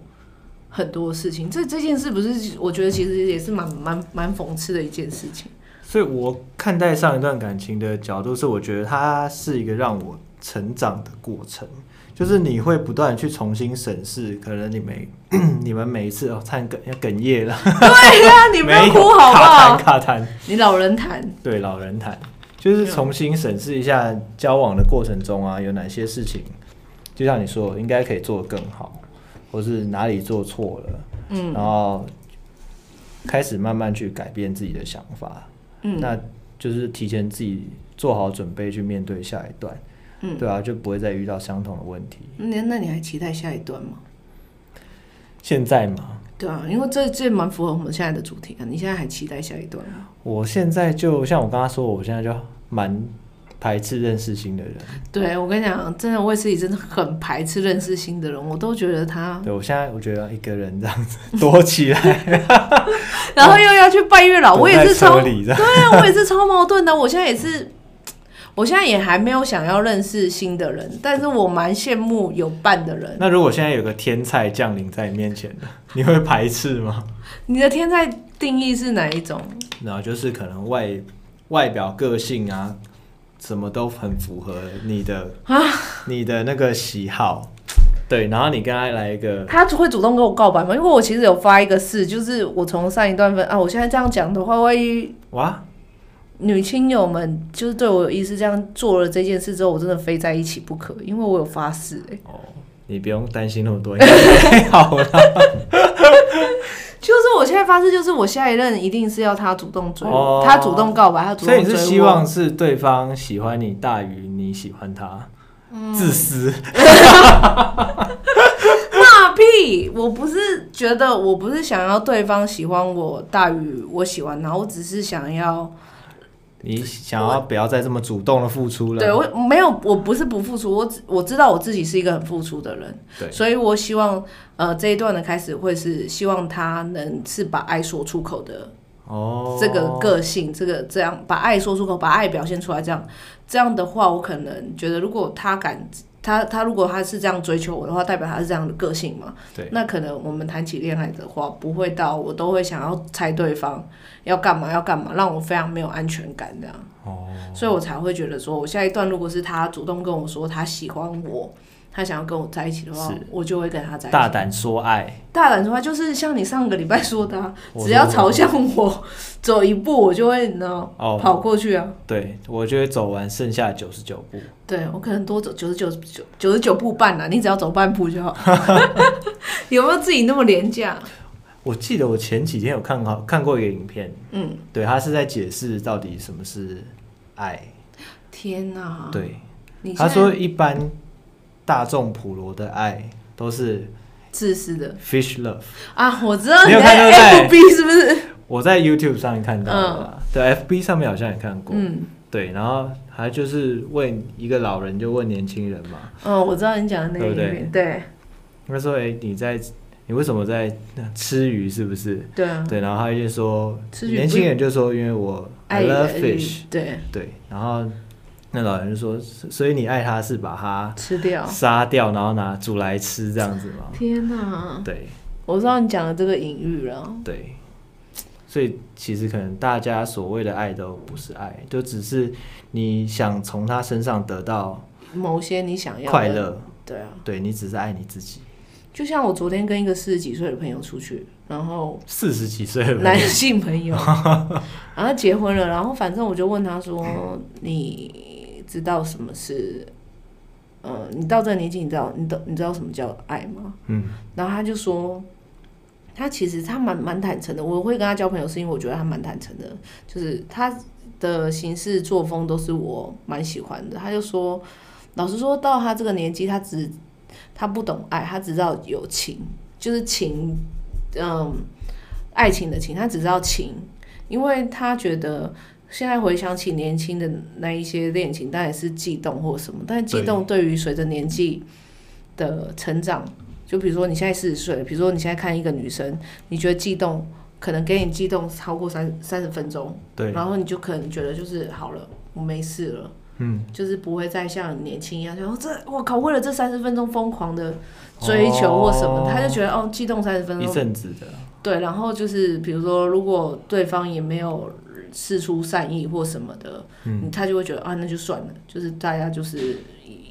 Speaker 1: 很多事情。这这件事不是，我觉得其实也是蛮蛮蛮讽刺的一件事情。 <laughs>
Speaker 2: 所以我看待上一段感情的角度是，我觉得它是一个让我成长的过程，就是你会不断地去重新审视，可能你每 <clears throat> 你们每一次哦，差点哽要 <laughs> 哽咽了，
Speaker 1: 对呀、你不要
Speaker 2: 没有
Speaker 1: 哭好不
Speaker 2: 卡痰
Speaker 1: 好？
Speaker 2: 卡痰，
Speaker 1: 你老人谈，
Speaker 2: 对老人谈，就是重新审视一下交往的过程中啊，有哪些事情，就像你说，应该可以做得更好，或是哪里做错了，
Speaker 1: 嗯
Speaker 2: 然后开始慢慢去改变自己的想法，
Speaker 1: 嗯，
Speaker 2: 那就是提前自己做好准备去面对下一段，
Speaker 1: 嗯
Speaker 2: 对啊，就不会再遇到相同的问题。
Speaker 1: 那那你还期待下一段吗？
Speaker 2: 现在嘛，
Speaker 1: 对啊，因为这这蛮符合我们现在的主题啊。你现在还期待下一段吗？
Speaker 2: 我现在就像我刚刚说，我现在就蛮排斥认识新的人，
Speaker 1: 对我跟你讲，真的我也是，真的很排斥认识新的人，我都觉得他，
Speaker 2: 对我现在我觉得一个人这样子躲起 <laughs> 来，
Speaker 1: 然后又要去拜月老，我也是
Speaker 2: 躲
Speaker 1: 超
Speaker 2: 在车里这样，
Speaker 1: 对啊，我也是超矛盾的。我现在也是，我现在也还没有想要认识新的人，但是我蛮羡慕有伴的人。
Speaker 2: 那如果现在有个天才降临在你面前呢，你会排斥吗？
Speaker 1: 你的天才定义是哪一种？
Speaker 2: 然后就是可能外外表、个性啊，什么都很符合你的
Speaker 1: 啊
Speaker 2: 你的那个喜好，对，然后你跟他来一个
Speaker 1: 他会主动跟我告白吗？因为我其实有发一个事，就是我从上一段分啊，我现在这样讲的话，万一
Speaker 2: 哇，
Speaker 1: 女亲友们就是对我有意思，这样做了这件事之后，我真的非在一起不可，因为我有发誓、欸，
Speaker 2: 哦，你不用担心那么多，应该还好了。
Speaker 1: 就是我现在发誓，就是我下一任一定是要他主动追我，
Speaker 2: 哦
Speaker 1: 他主动告白，他主动
Speaker 2: 所以
Speaker 1: 追我。
Speaker 2: 你是希望是对方喜欢你大于你喜欢他，
Speaker 1: 嗯
Speaker 2: 自私。
Speaker 1: 那屁！我不是觉得，我不是想要对方喜欢我大于我喜欢他，我只是想要，
Speaker 2: 你想要不要再这么主动的付出了？
Speaker 1: 对我没有，我不是不付出，我只我知道我自己是一个很付出的人，
Speaker 2: 对
Speaker 1: 所以我希望，呃，这一段的开始会是希望他能是把爱说出口的
Speaker 2: 哦，
Speaker 1: 这个个性，这个这样把爱说出口，把爱表现出来，这样这样的话，我可能觉得，如果他敢，他他如果他是这样追求我的话，代表他是这样的个性嘛。
Speaker 2: 对，
Speaker 1: 那可能我们谈起恋爱的话，不会到我都会想要猜对方要干嘛要干嘛，让我非常没有安全感这样，
Speaker 2: 哦，
Speaker 1: 所以我才会觉得说，我下一段如果是他主动跟我说他喜欢我，他想要跟我在一起的话
Speaker 2: 是，
Speaker 1: 我就会跟他在一起。
Speaker 2: 大胆说爱，
Speaker 1: 大胆说话，就是像你上个礼拜说的、啊，
Speaker 2: <laughs> 我
Speaker 1: 只要
Speaker 2: 说
Speaker 1: 朝向我走一步，我就会你知道
Speaker 2: 哦
Speaker 1: 跑过去啊。
Speaker 2: 对我就会走完剩下九十九步。
Speaker 1: 对我可能多走九十九九九十九步半啊，你只要走半
Speaker 2: <laughs>
Speaker 1: 步就好。 <laughs> 有没有自己那么廉价？
Speaker 2: 我记得我前几天有看好看过一个影片，
Speaker 1: 嗯，
Speaker 2: 对他是在解释到底什么是爱，
Speaker 1: 天哪、，
Speaker 2: 对，
Speaker 1: 啊你
Speaker 2: 他
Speaker 1: 现在
Speaker 2: 说一般大众普罗的爱都是
Speaker 1: 自私的
Speaker 2: fish love，
Speaker 1: 啊，我知道
Speaker 2: 你有
Speaker 1: 在
Speaker 2: 看对
Speaker 1: F
Speaker 2: 不
Speaker 1: B 是不是？
Speaker 2: 我在 YouTube 上面看到的啦，对 FB 上面好像也看过，
Speaker 1: 嗯
Speaker 2: 对，然后还就是问一个老人就问年轻人嘛，
Speaker 1: 嗯，我知道你讲的那
Speaker 2: 对
Speaker 1: 个影
Speaker 2: 不对
Speaker 1: 片，对
Speaker 2: 他说哎、你在你为什么在吃鱼是不是？
Speaker 1: 对啊，
Speaker 2: 对，然后他就说
Speaker 1: 吃鱼不
Speaker 2: 年轻人就说因为我 I
Speaker 1: 爱
Speaker 2: love
Speaker 1: 人
Speaker 2: fish。
Speaker 1: 对，
Speaker 2: 对，然后那老人就说，所所以你爱他是把他
Speaker 1: 吃掉。
Speaker 2: 杀掉，然后拿煮来吃这样子吗？
Speaker 1: 天哪、
Speaker 2: 对
Speaker 1: 我知道你讲的这个隐喻了，
Speaker 2: 对，所以其实可能大家所谓的爱都不是爱，就只是你想从他身上得到
Speaker 1: 某些你想要的
Speaker 2: 快，乐，
Speaker 1: 对啊，
Speaker 2: 对你只是爱你自己。
Speaker 1: 就像我昨天跟一个四十几岁的朋友出去，然后
Speaker 2: 四十几岁了，
Speaker 1: 男性朋友，然后结婚了，然后反正我就问他说：“你知道什么是？呃，你到这个年纪，你知道你懂你知道什么叫爱吗？”
Speaker 2: 嗯，
Speaker 1: 然后他就说，他其实他蛮蛮坦诚的。我会跟他交朋友，是因为我觉得他蛮坦诚的，就是他的行事作风都是我蛮喜欢的。他就说，老实说，到他这个年纪，他只他不懂爱，他只知道友情，就是情，嗯，爱情的情，他只知道情，因为他觉得。现在回想起年轻的那一些恋情，当然是悸动或什么，但是悸动对于随着年纪的成长，就比如说你现在四十岁了，比如说你现在看一个女生，你觉得悸动，可能给你悸动超过三三十分钟，
Speaker 2: 对，
Speaker 1: 然后你就可能觉得就是好了，我没事了，
Speaker 2: 嗯，
Speaker 1: 就是不会再像年轻一样，然后这我靠，为了这三十分钟疯狂的追求或什么，
Speaker 2: 哦
Speaker 1: 他就觉得哦，悸动三十分
Speaker 2: 一
Speaker 1: 钟，
Speaker 2: 阵子的，
Speaker 1: 对，然后就是比如说，如果对方也没有示出善意或什么的，
Speaker 2: 嗯，
Speaker 1: 他就会觉得啊，那就算了，就是大家就是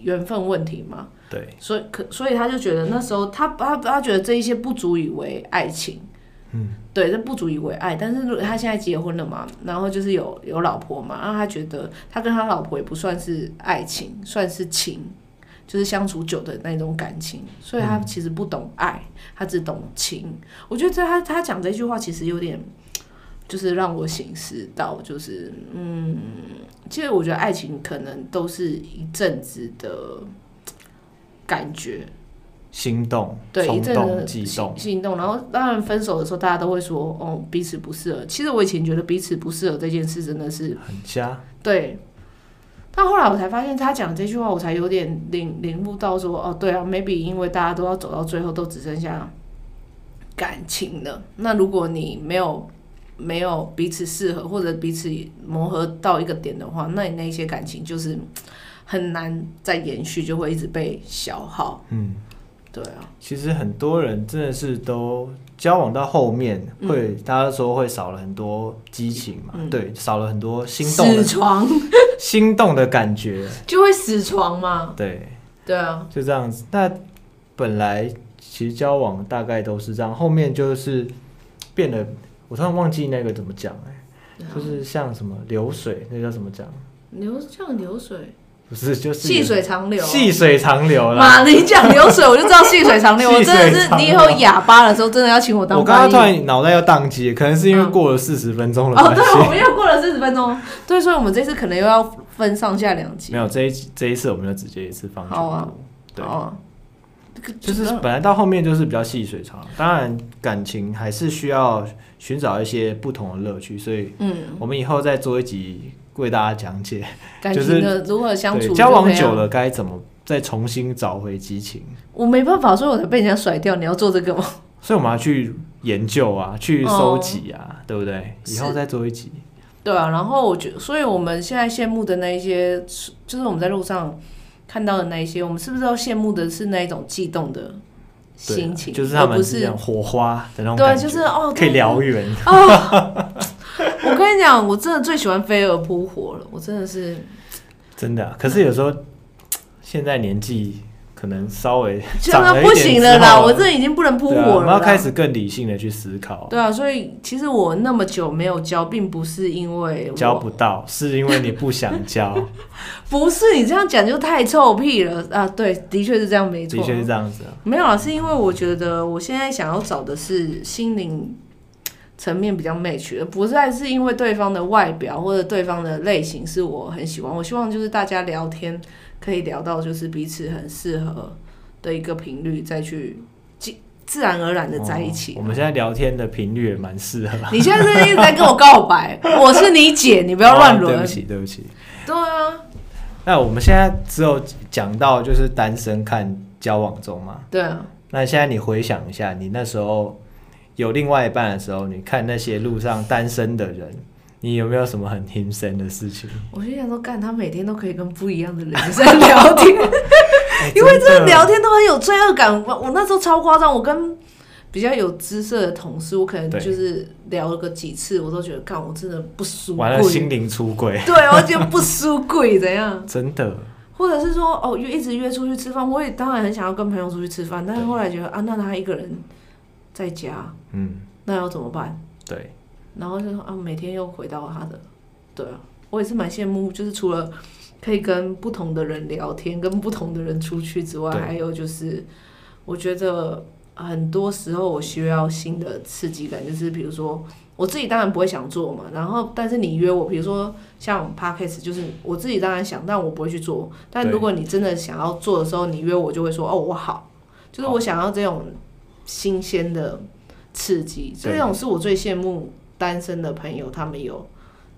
Speaker 1: 缘分问题嘛。
Speaker 2: 对，
Speaker 1: 所以可所以他就觉得那时候他他他觉得这一些不足以为爱情，
Speaker 2: 嗯，
Speaker 1: 对，这不足以为爱。但是如他现在结婚了嘛，然后就是有有老婆嘛，然后他觉得他跟他老婆也不算是爱情，算是情。就是相处久的那种感情，所以他其实不懂爱，他只懂情。我觉得这他他讲这句话其实有点，就是让我醒思到，就是嗯，其实我觉得爱情可能都是一阵子的感觉，
Speaker 2: 心动、
Speaker 1: 对，一
Speaker 2: 冲
Speaker 1: 阵子
Speaker 2: 动、
Speaker 1: 的
Speaker 2: 悸
Speaker 1: 心
Speaker 2: 动，
Speaker 1: 心动，然后当然分手的时候，大家都会说哦彼此不适合。其实我以前觉得彼此不适合这件事真的是
Speaker 2: 很瞎，
Speaker 1: 对，但后来我才发现他讲这句话，我才有点领领悟到说哦对啊，maybe 因为大家都要走到最后，都只剩下感情了。那如果你没有没有彼此适合，或者彼此磨合到一个点的话，那你那些感情就是嗯很难再延续，就会一直被消耗。
Speaker 2: 嗯。
Speaker 1: 对啊。
Speaker 2: 其实很多人真的是都交往到后面会，大家说会少了很多激情嘛，
Speaker 1: 嗯
Speaker 2: 对，少了很多心动
Speaker 1: 死
Speaker 2: 的
Speaker 1: 床
Speaker 2: 心动的感觉，
Speaker 1: 就会死床嘛。
Speaker 2: 对，
Speaker 1: 对啊，
Speaker 2: 就这样子。那本来其实交往大概都是这样，后面就是变得，我突然忘记那个怎么讲、哎，
Speaker 1: 啊
Speaker 2: 就是像什么流水，那叫怎么讲？
Speaker 1: 流像流水，
Speaker 2: 不是，就是
Speaker 1: 细水长流啊。
Speaker 2: 细水长流啦。
Speaker 1: 马林讲流水，我就知道细水长流。我
Speaker 2: 细水
Speaker 1: 真
Speaker 2: 长流
Speaker 1: 的是，你以后哑巴的时候，真的要请我当
Speaker 2: 我刚刚突
Speaker 1: 翻译
Speaker 2: 然脑袋要宕机，可能是因为
Speaker 1: 嗯
Speaker 2: 过了四十分钟了
Speaker 1: 哦，
Speaker 2: 关系。
Speaker 1: 对，我们又过了四十分钟，对，所以我们这次可能又要分上下两集
Speaker 2: 没。有这一集这一次我们就直接一次放全
Speaker 1: 好啊
Speaker 2: 部，对，
Speaker 1: 好啊，这个
Speaker 2: 就是本来到后面就是比较细水长流，当然感情还是需要寻找一些不同的乐趣，所以
Speaker 1: 嗯，
Speaker 2: 我们以后再做一集为大家讲解，
Speaker 1: 感
Speaker 2: 就
Speaker 1: 情
Speaker 2: 是
Speaker 1: 的如何相
Speaker 2: 对
Speaker 1: 处，啊
Speaker 2: 交往久，了该怎么再重新找回激情，
Speaker 1: 我没办法，所以我才被人家甩掉。你要做这个吗？
Speaker 2: 所以我们要去研究啊，去收集啊，对不对？
Speaker 1: 哦是
Speaker 2: 以后再做一集，
Speaker 1: 对啊，然后我觉所以我们现在羡慕的那一些，就是我们在路上看到的那一些，我们是不是都羡慕的是那一种悸动的
Speaker 2: 对啊
Speaker 1: 心情，
Speaker 2: 就是
Speaker 1: 而
Speaker 2: 他
Speaker 1: 不
Speaker 2: 们这
Speaker 1: 是
Speaker 2: 种火花的那种
Speaker 1: 对，
Speaker 2: 感
Speaker 1: 就是
Speaker 2: 觉，
Speaker 1: 哦，
Speaker 2: <laughs> 可以
Speaker 1: 对哦
Speaker 2: 燎原， <laughs>
Speaker 1: 我跟你讲，我真的最喜欢飞蛾扑火了，我真的是
Speaker 2: 真的啊。可是有时候现在年纪可能稍
Speaker 1: <laughs>
Speaker 2: 微
Speaker 1: 真
Speaker 2: 长
Speaker 1: 的
Speaker 2: 了一
Speaker 1: 不
Speaker 2: 点
Speaker 1: 行
Speaker 2: 之
Speaker 1: 了啦，
Speaker 2: 后
Speaker 1: 我这已经不能扑火
Speaker 2: 对
Speaker 1: 了
Speaker 2: 啊
Speaker 1: 啦。
Speaker 2: 我们要开始更理性的去思考，
Speaker 1: 对啊，所以其实我那么久没有教，并不是因为我
Speaker 2: 交不到是因为你不想交，
Speaker 1: 不是你这样讲就太臭屁了啊！对，的确是这 <laughs> 样，没错，
Speaker 2: 的确是这样子啊。
Speaker 1: 没有啊，是因为我觉得我现在想要找的是心灵层面比较 match 的，不再是因为对方的外表或者对方的类型是我很喜欢。我希望就是大家聊天可以聊到就是彼此很适合的一个频率，再去自自然而然的在一起。
Speaker 2: 哦我们现在聊天的频率也蛮适合，
Speaker 1: 你现在是一直在跟我告白，我是你姐，你不
Speaker 2: 不
Speaker 1: 要乱
Speaker 2: 哦对
Speaker 1: 伦
Speaker 2: 不。起，对不起。
Speaker 1: 对啊，
Speaker 2: 那我们现在只有讲到就是单身看交往中嘛。
Speaker 1: 对啊，
Speaker 2: 那现在你回想一下，你那时候有另外一半的时候，你看那些路上单身的人，你有没有什么很阴森的事情？
Speaker 1: 我就想说，干他每天都可以跟不一样的人在聊天。
Speaker 2: 哎
Speaker 1: <laughs> 因为
Speaker 2: 真
Speaker 1: 这聊天都很有罪恶感。我我那时候超夸张，我跟比较有姿色的同事，我可能
Speaker 2: 对
Speaker 1: 就是聊了个几次，我都觉得，干，我真的不输
Speaker 2: 完了心
Speaker 1: 贵，
Speaker 2: 灵出轨，
Speaker 1: <laughs> 对，我觉得不输贵怎样？ <laughs>
Speaker 2: 真的
Speaker 1: 或者是说，哦，约一直约出去吃饭，我也当然很想要跟朋友出去吃饭，但是后来觉得啊，那他一个人在家，
Speaker 2: 嗯
Speaker 1: 那要怎么办？
Speaker 2: 对。
Speaker 1: 然后就说啊，每天又回到他的，对啊，我也是蛮羡慕，就是除了可以跟不同的人聊天，跟不同的人出去之外，
Speaker 2: 对
Speaker 1: 还有就是我觉得很多时候我需要新的刺激感，就是比如说我自己当然不会想做嘛，然后但是你约我，比如说像 podcast，就是我自己当然想，但我不会去做。但
Speaker 2: 对
Speaker 1: 如果你真的想要做的时候，你约我就会说哦，我好，就是我想要这种新鲜的刺激，
Speaker 2: 对
Speaker 1: 这种是我最羡慕单身的朋友他们有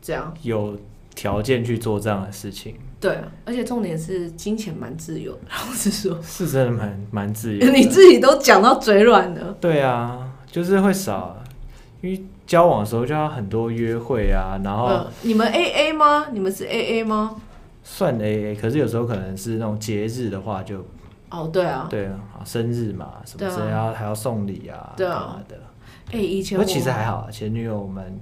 Speaker 1: 这样。
Speaker 2: 有条件去做这样的事情，
Speaker 1: 对，啊而且重点是金钱蛮自由的，老实说，
Speaker 2: 是真的蛮蛮自由的。
Speaker 1: 你自己都讲到嘴软了。
Speaker 2: 对啊，就是会少，因为交往的时候就要很多约会啊，然后
Speaker 1: 嗯，你们 A A 吗？你们是 A A 吗？
Speaker 2: 算 A A，可是有时候可能是那种节日的话就
Speaker 1: 哦，对啊，
Speaker 2: 对啊，生日嘛，什
Speaker 1: 对
Speaker 2: 么
Speaker 1: 啊
Speaker 2: 之类，然后还要送礼啊，
Speaker 1: 对啊
Speaker 2: 干嘛的。
Speaker 1: 哎、以前
Speaker 2: 那
Speaker 1: 我
Speaker 2: 其实还好，啊，前女友们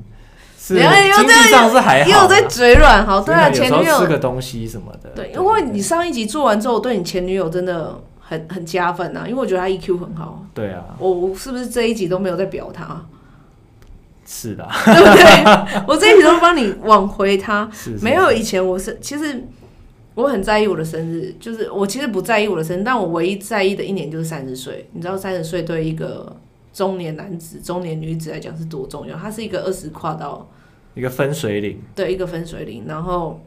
Speaker 2: 是
Speaker 1: 等一下又
Speaker 2: 经
Speaker 1: 在
Speaker 2: 济上是还
Speaker 1: 因为
Speaker 2: 好
Speaker 1: 我
Speaker 2: 啊，
Speaker 1: 在嘴软，好，对啊，
Speaker 2: 只是
Speaker 1: 前
Speaker 2: 有
Speaker 1: 女
Speaker 2: 时候吃
Speaker 1: 友，
Speaker 2: 个东西什么的，
Speaker 1: 对，因为你上一集做完之后，我对你前女友真的很很加分啊，因为我觉得她 EQ 很好。
Speaker 2: 对啊，
Speaker 1: 我我是不是这一集都没有在表她，
Speaker 2: 是的啊，
Speaker 1: 对不 <laughs> 对？我这一集都
Speaker 2: <laughs>
Speaker 1: 帮你挽回她。
Speaker 2: 是是
Speaker 1: 没有以前我是其实我很在意我的生日，就是我其实不在意我的生日，但我唯一在意的一年就是三十岁。你知道三十岁对一个中年男子、中年女子来讲是多重要？它是一个二十跨到
Speaker 2: 一个分水岭，
Speaker 1: 的一个分水岭，然后。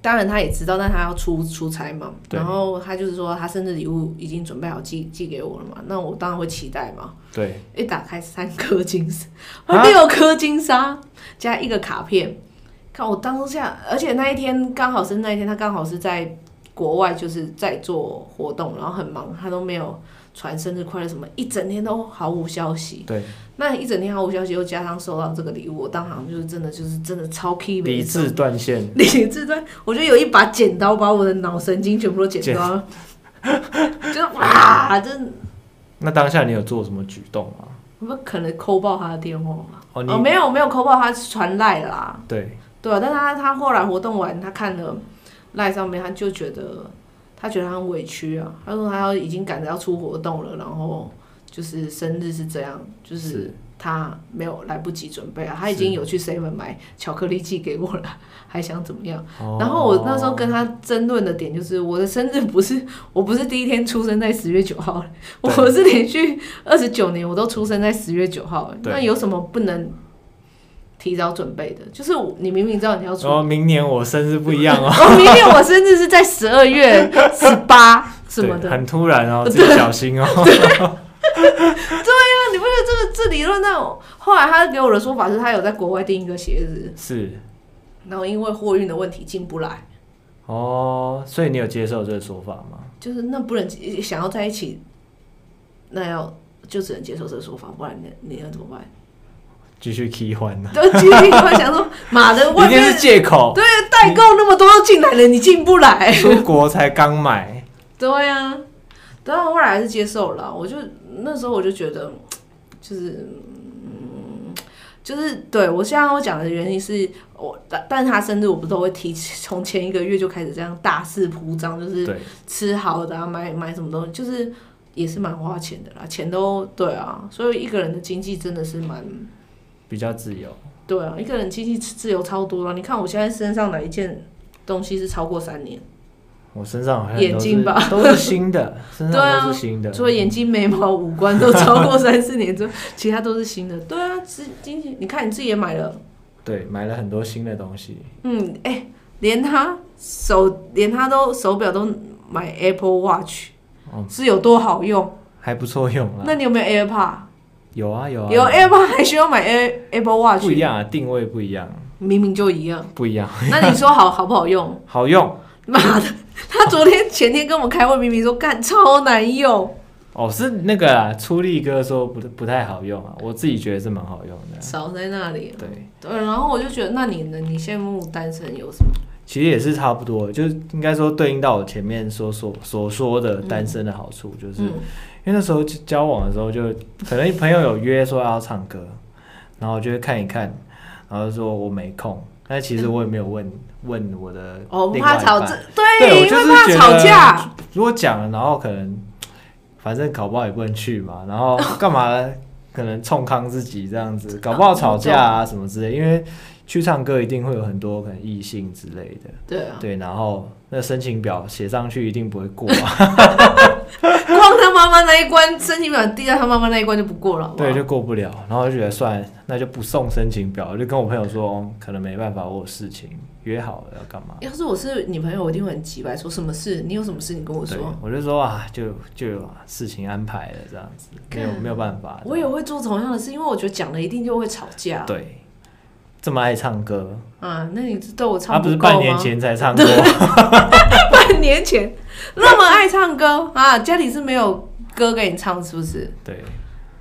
Speaker 1: 当然，他也知道，但他要出出差嘛。
Speaker 2: 对
Speaker 1: 然后他就是说，他生日礼物已经准备好寄寄给我了嘛。那我当然会期待嘛。
Speaker 2: 对，
Speaker 1: 一打开三颗金沙，
Speaker 2: 啊
Speaker 1: 六颗金沙加一个卡片。看我当下，而且那一天刚好是那一天，他刚好是在国外，就是在做活动，然后很忙，他都没有传生日快乐什么，一整天都毫无消息。
Speaker 2: 对，
Speaker 1: 那一整天毫无消息，又加上收到这个礼物，我当场就是真的就是真的超 k
Speaker 2: 理智断线，
Speaker 1: <laughs> 理智对，我觉得有一把剪刀把我的脑神经全部都剪断了，就是哇，真的
Speaker 2: 那当下你有做什么举动吗？
Speaker 1: 我们可能抠爆他的电话吧。
Speaker 2: 哦，
Speaker 1: 哦，
Speaker 2: 你
Speaker 1: 没有没有抠爆，他传赖了啦。
Speaker 2: 对，
Speaker 1: 对啊，但是他他后来活动完，他看了赖上面，他就觉得他觉得他很委屈啊。他说他要已经赶着要出活动了，然后就是生日是这样，就是
Speaker 2: 是
Speaker 1: 他没有来不及准备啊。他已经有去 seven 买巧克力寄给我了，还想怎么样？
Speaker 2: 哦
Speaker 1: 然后我那时候跟他争论的点就是，我的生日不是 <laughs> 我不是第一天出生在十月九号， <laughs>
Speaker 2: 对
Speaker 1: 我是连续二十九年我都出生在十月九号，
Speaker 2: 对
Speaker 1: 那有什么不能提早准备的？就是我你明明知道你要出， <laughs>
Speaker 2: 然后明年我生日不一样哦，
Speaker 1: 我明天我生日是在十二月十八 <laughs> 什么
Speaker 2: 对
Speaker 1: 的，
Speaker 2: 很突然
Speaker 1: <laughs>
Speaker 2: 哦，自己小心哦，
Speaker 1: 那你不觉得这个这理论那种？后来他给我的说法是他有在国外订一个鞋子，
Speaker 2: 是
Speaker 1: 然后因为货运的问题进不来，
Speaker 2: 哦，所以你有接受这个说法吗？
Speaker 1: 就是那不能想要在一起，那要就只能接受这个说法，不然你你要怎么办？
Speaker 2: 继续 key 换呢？
Speaker 1: 都继续会想说，妈的，外
Speaker 2: 一定
Speaker 1: 面
Speaker 2: 是借口，
Speaker 1: 对代购那么多都进来了，你进不来。
Speaker 2: 出国才刚买，
Speaker 1: 对呀、啊，对啊，后来还是接受了啊。我就那时候我就觉得，就是，嗯，就是对我现在我讲的原因是我，但但是他生日我不都会提，从前一个月就开始这样大肆铺张，就是
Speaker 2: 对，
Speaker 1: 吃好的啊，买买什么东西，就是也是蛮花钱的啦，钱都对啊，所以一个人的经济真的是蛮。
Speaker 2: 比较自由，
Speaker 1: 对啊，一个人经济自由超多了。你看我现在身上哪一件东西是超过三年？
Speaker 2: 我身上好像
Speaker 1: 眼
Speaker 2: 都
Speaker 1: 睛
Speaker 2: 是
Speaker 1: 吧
Speaker 2: 都是新
Speaker 1: <laughs>
Speaker 2: 的，身
Speaker 1: 对啊
Speaker 2: 上都是新的，
Speaker 1: 除了眼睛、眉毛、五官都超过三四年之后，其他都是新的。对啊，是经济，你看你自己也买了，
Speaker 2: 对，买了很多新的东西，
Speaker 1: 嗯，哎、连他手，连他都手表都买 Apple Watch，、
Speaker 2: 哦啊
Speaker 1: 是有多好用？
Speaker 2: 还不错用啦。
Speaker 1: 那你有没有 AirPod？、
Speaker 2: 有啊有啊，
Speaker 1: 有哎 AirPod 还需要买 Air Apple Watch？
Speaker 2: 不一，样啊，定位不一样，
Speaker 1: 明明就
Speaker 2: <laughs>
Speaker 1: 一样。
Speaker 2: 不一样，
Speaker 1: 那你说好好不好用？ <laughs>
Speaker 2: 好用
Speaker 1: 妈的，他昨天前天跟我开会，明明说干超难用。
Speaker 2: 哦。是那个啊，初力哥说不不太好用啊，我自己觉得是蛮好用的。
Speaker 1: 少在那里。
Speaker 2: 对，
Speaker 1: 对，然后我就觉得，那你呢？你羡慕单身有什么？
Speaker 2: 其实也是差不多，就是应该说对应到我前面所所所说的单身的好处，就是
Speaker 1: 嗯，
Speaker 2: 因为那时候交往的时候就，可能朋友有约说要唱歌，然后我就会看一看，然后就说我没空，但其实我也没有问问我的
Speaker 1: 哦，
Speaker 2: 另
Speaker 1: 怕
Speaker 2: 外一
Speaker 1: 吵
Speaker 2: 半。
Speaker 1: 架，
Speaker 2: 对我
Speaker 1: 哎因
Speaker 2: 就
Speaker 1: 为
Speaker 2: 是
Speaker 1: 怕
Speaker 2: 觉
Speaker 1: 吵
Speaker 2: 得
Speaker 1: 架。
Speaker 2: 如果讲了，然后可能反正搞不好也不能去嘛，然
Speaker 1: <laughs>
Speaker 2: 后干嘛可能冲康自己这样子，搞不
Speaker 1: 哦
Speaker 2: 好吵架啊什么之类，因为去唱歌一定会有很多可能异性之类的，
Speaker 1: 对啊， <laughs>
Speaker 2: 对，然后那申请表写上去一定不会过啊，
Speaker 1: 光他妈妈妈那一关，申请表递到他妈妈那一关就不过了，好不好
Speaker 2: 对，就过不了，然后就觉得算了，那就不送申请表，就跟我朋友说，哦可能没办法，我有事情约好了要干嘛。
Speaker 1: 要是我是你朋友，我一定会很急白，说什么事？你有什么事？你跟我
Speaker 2: 对
Speaker 1: 说。，
Speaker 2: 我就说啊，就就有事情安排了这样子，没有没有办法。
Speaker 1: 我也会做同样的事，因为我觉得讲了一定就会吵架。
Speaker 2: 对，这么爱唱歌，
Speaker 1: 啊，那你对我
Speaker 2: 他
Speaker 1: 唱
Speaker 2: 不是
Speaker 1: 够吗？
Speaker 2: 半年前才唱歌，
Speaker 1: <laughs> 半年前那么爱唱歌啊，家里是没有歌给你唱，是不是？
Speaker 2: 对，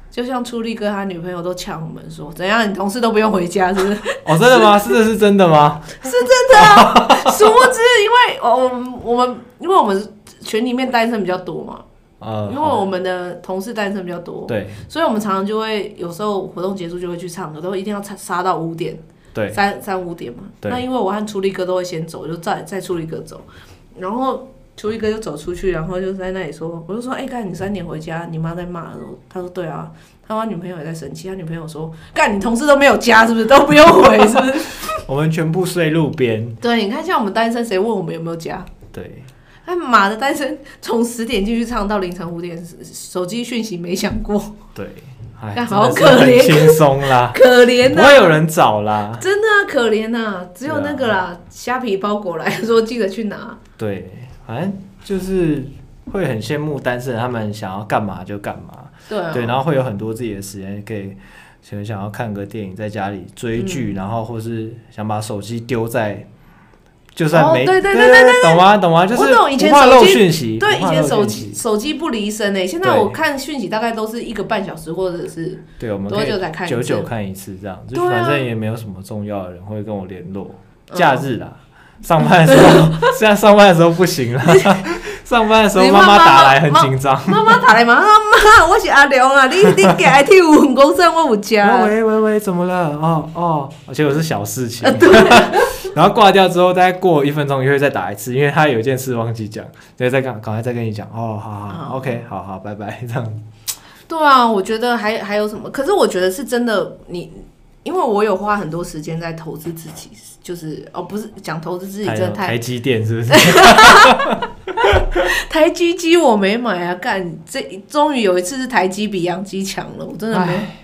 Speaker 1: 就像初力哥他女朋友都呛我们说，怎样你同事都不用回家，是不是？ <laughs>
Speaker 2: 哦，真的吗？是这是真的吗？
Speaker 1: 是真的啊。殊不知，因为哦我们我们因为我们群里面单身比较多嘛，
Speaker 2: 呃，
Speaker 1: 因为我们的同事单身比较多，
Speaker 2: 对
Speaker 1: 所以我们常常就会有时候活动结束就会去唱歌，都一定要杀杀到五点，
Speaker 2: 对
Speaker 1: 三三五点嘛。
Speaker 2: 对
Speaker 1: 那因为我和初力哥都会先走，就再再初力哥走，然后初力哥就走出去，然后就在那里说，我就说，哎、干你三点回家，你妈在骂我。他说对啊，他说他女朋友也在生气，他女朋友说，干你同事都没有家是不是？都不用回是
Speaker 2: <laughs>
Speaker 1: 不是？
Speaker 2: 我们全部睡路边，
Speaker 1: 对，你看像我们单身，谁问我们有没有家？
Speaker 2: 对，
Speaker 1: 哎妈的，单身从十点进去唱到凌晨五点，手机讯息没响过，
Speaker 2: <laughs> 对，哎，
Speaker 1: 干
Speaker 2: 真
Speaker 1: 好
Speaker 2: 的是
Speaker 1: 可
Speaker 2: 很
Speaker 1: 怜
Speaker 2: 轻松
Speaker 1: <laughs>
Speaker 2: 啦，
Speaker 1: 可怜
Speaker 2: 不
Speaker 1: 呐、
Speaker 2: 会有人找啦，
Speaker 1: 真的啊，可怜呐、只有
Speaker 2: 是啊
Speaker 1: 那个啦，虾皮包裹来说记得去拿。
Speaker 2: 对，反正就是会很羡慕单身人，他们想要干嘛就干嘛，
Speaker 1: 对啊，
Speaker 2: 对，然后会有很多自己的时间可以。可能想要看个电影，在家里追
Speaker 1: 嗯
Speaker 2: 剧，然后或是想把手机丢在，就算
Speaker 1: 哦
Speaker 2: 没、
Speaker 1: 对对对
Speaker 2: 对懂吗？懂吗？就是
Speaker 1: 我懂以前
Speaker 2: 不怕
Speaker 1: 手
Speaker 2: 漏
Speaker 1: 机
Speaker 2: 讯息，
Speaker 1: 对，
Speaker 2: 不
Speaker 1: 以
Speaker 2: 怕
Speaker 1: 前
Speaker 2: 漏
Speaker 1: 手
Speaker 2: 讯息
Speaker 1: 机手机不离身欸诶、现在
Speaker 2: 对
Speaker 1: 我看讯息大概都是一个半小时或者是
Speaker 2: 对，我们
Speaker 1: 多
Speaker 2: 可以
Speaker 1: 久才看一
Speaker 2: 久
Speaker 1: 次
Speaker 2: 久看一次这样，就
Speaker 1: 对啊
Speaker 2: 反正也没有什么重要的人会跟我联络。
Speaker 1: 嗯
Speaker 2: 假日啦，上班的时
Speaker 1: <laughs>
Speaker 2: 候，现在上班的时候不行啦，上班的时候
Speaker 1: 你
Speaker 2: 妈
Speaker 1: 妈
Speaker 2: 妈
Speaker 1: 妈
Speaker 2: 打来很
Speaker 1: 妈
Speaker 2: 紧张。
Speaker 1: 妈妈打来嘛，啊妈妈，我是阿良啊，你你给 IT 五公升我有啊家。
Speaker 2: 喂喂喂，怎么了？哦哦，而且我是小事
Speaker 1: 呃
Speaker 2: 情。 <laughs> 然后挂掉之后，大概过一分钟又会再打一次，因为他有一件事忘记讲，所以再赶赶快再跟你讲。哦，好好好
Speaker 1: 好
Speaker 2: ，OK，好好，拜拜，这样。
Speaker 1: 对啊，我觉得还还有什么？可是我觉得是真的，你因为我有花很多时间在投资自己，就是哦，不是讲投资自己
Speaker 2: 台
Speaker 1: 真的太
Speaker 2: 台积电是不是？
Speaker 1: <laughs> 台积机我没买啊，干这终于有一次是台积比洋基强了，我真的没
Speaker 2: 唉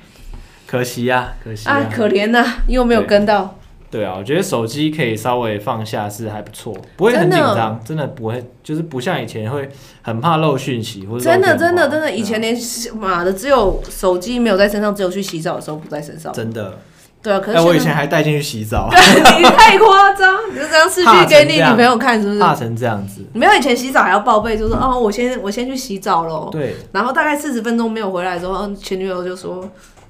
Speaker 2: 可惜呀、可惜、
Speaker 1: 啊
Speaker 2: 呀。，
Speaker 1: 可怜呐、又没有跟到，
Speaker 2: 对啊，我觉得手机可以稍微放下是还不错，不会很
Speaker 1: 真的
Speaker 2: 紧张，真的不会，就是不像以前会很怕漏讯息或者
Speaker 1: 真的
Speaker 2: 漏电
Speaker 1: 真
Speaker 2: 话嗯
Speaker 1: 的真的，以前
Speaker 2: 对啊
Speaker 1: 连妈的只有手机没有在身上，只有去洗澡的时候不在身
Speaker 2: 啊
Speaker 1: 上。
Speaker 2: 真的，
Speaker 1: 对啊，可
Speaker 2: 哎、
Speaker 1: 是
Speaker 2: 我以
Speaker 1: 现
Speaker 2: 前还带进去洗澡，
Speaker 1: 在 <laughs> 你太夸张，你就这样视
Speaker 2: 怕
Speaker 1: 去
Speaker 2: 成
Speaker 1: 给你
Speaker 2: 这
Speaker 1: 女
Speaker 2: 样
Speaker 1: 朋友看是不
Speaker 2: 怕
Speaker 1: 是？
Speaker 2: 成这样子，
Speaker 1: 没有以前洗澡还要报备，就说哦，我先我先去洗澡喽。
Speaker 2: 对，
Speaker 1: 然后大概四十分钟没有回来之后，嗯前女友就说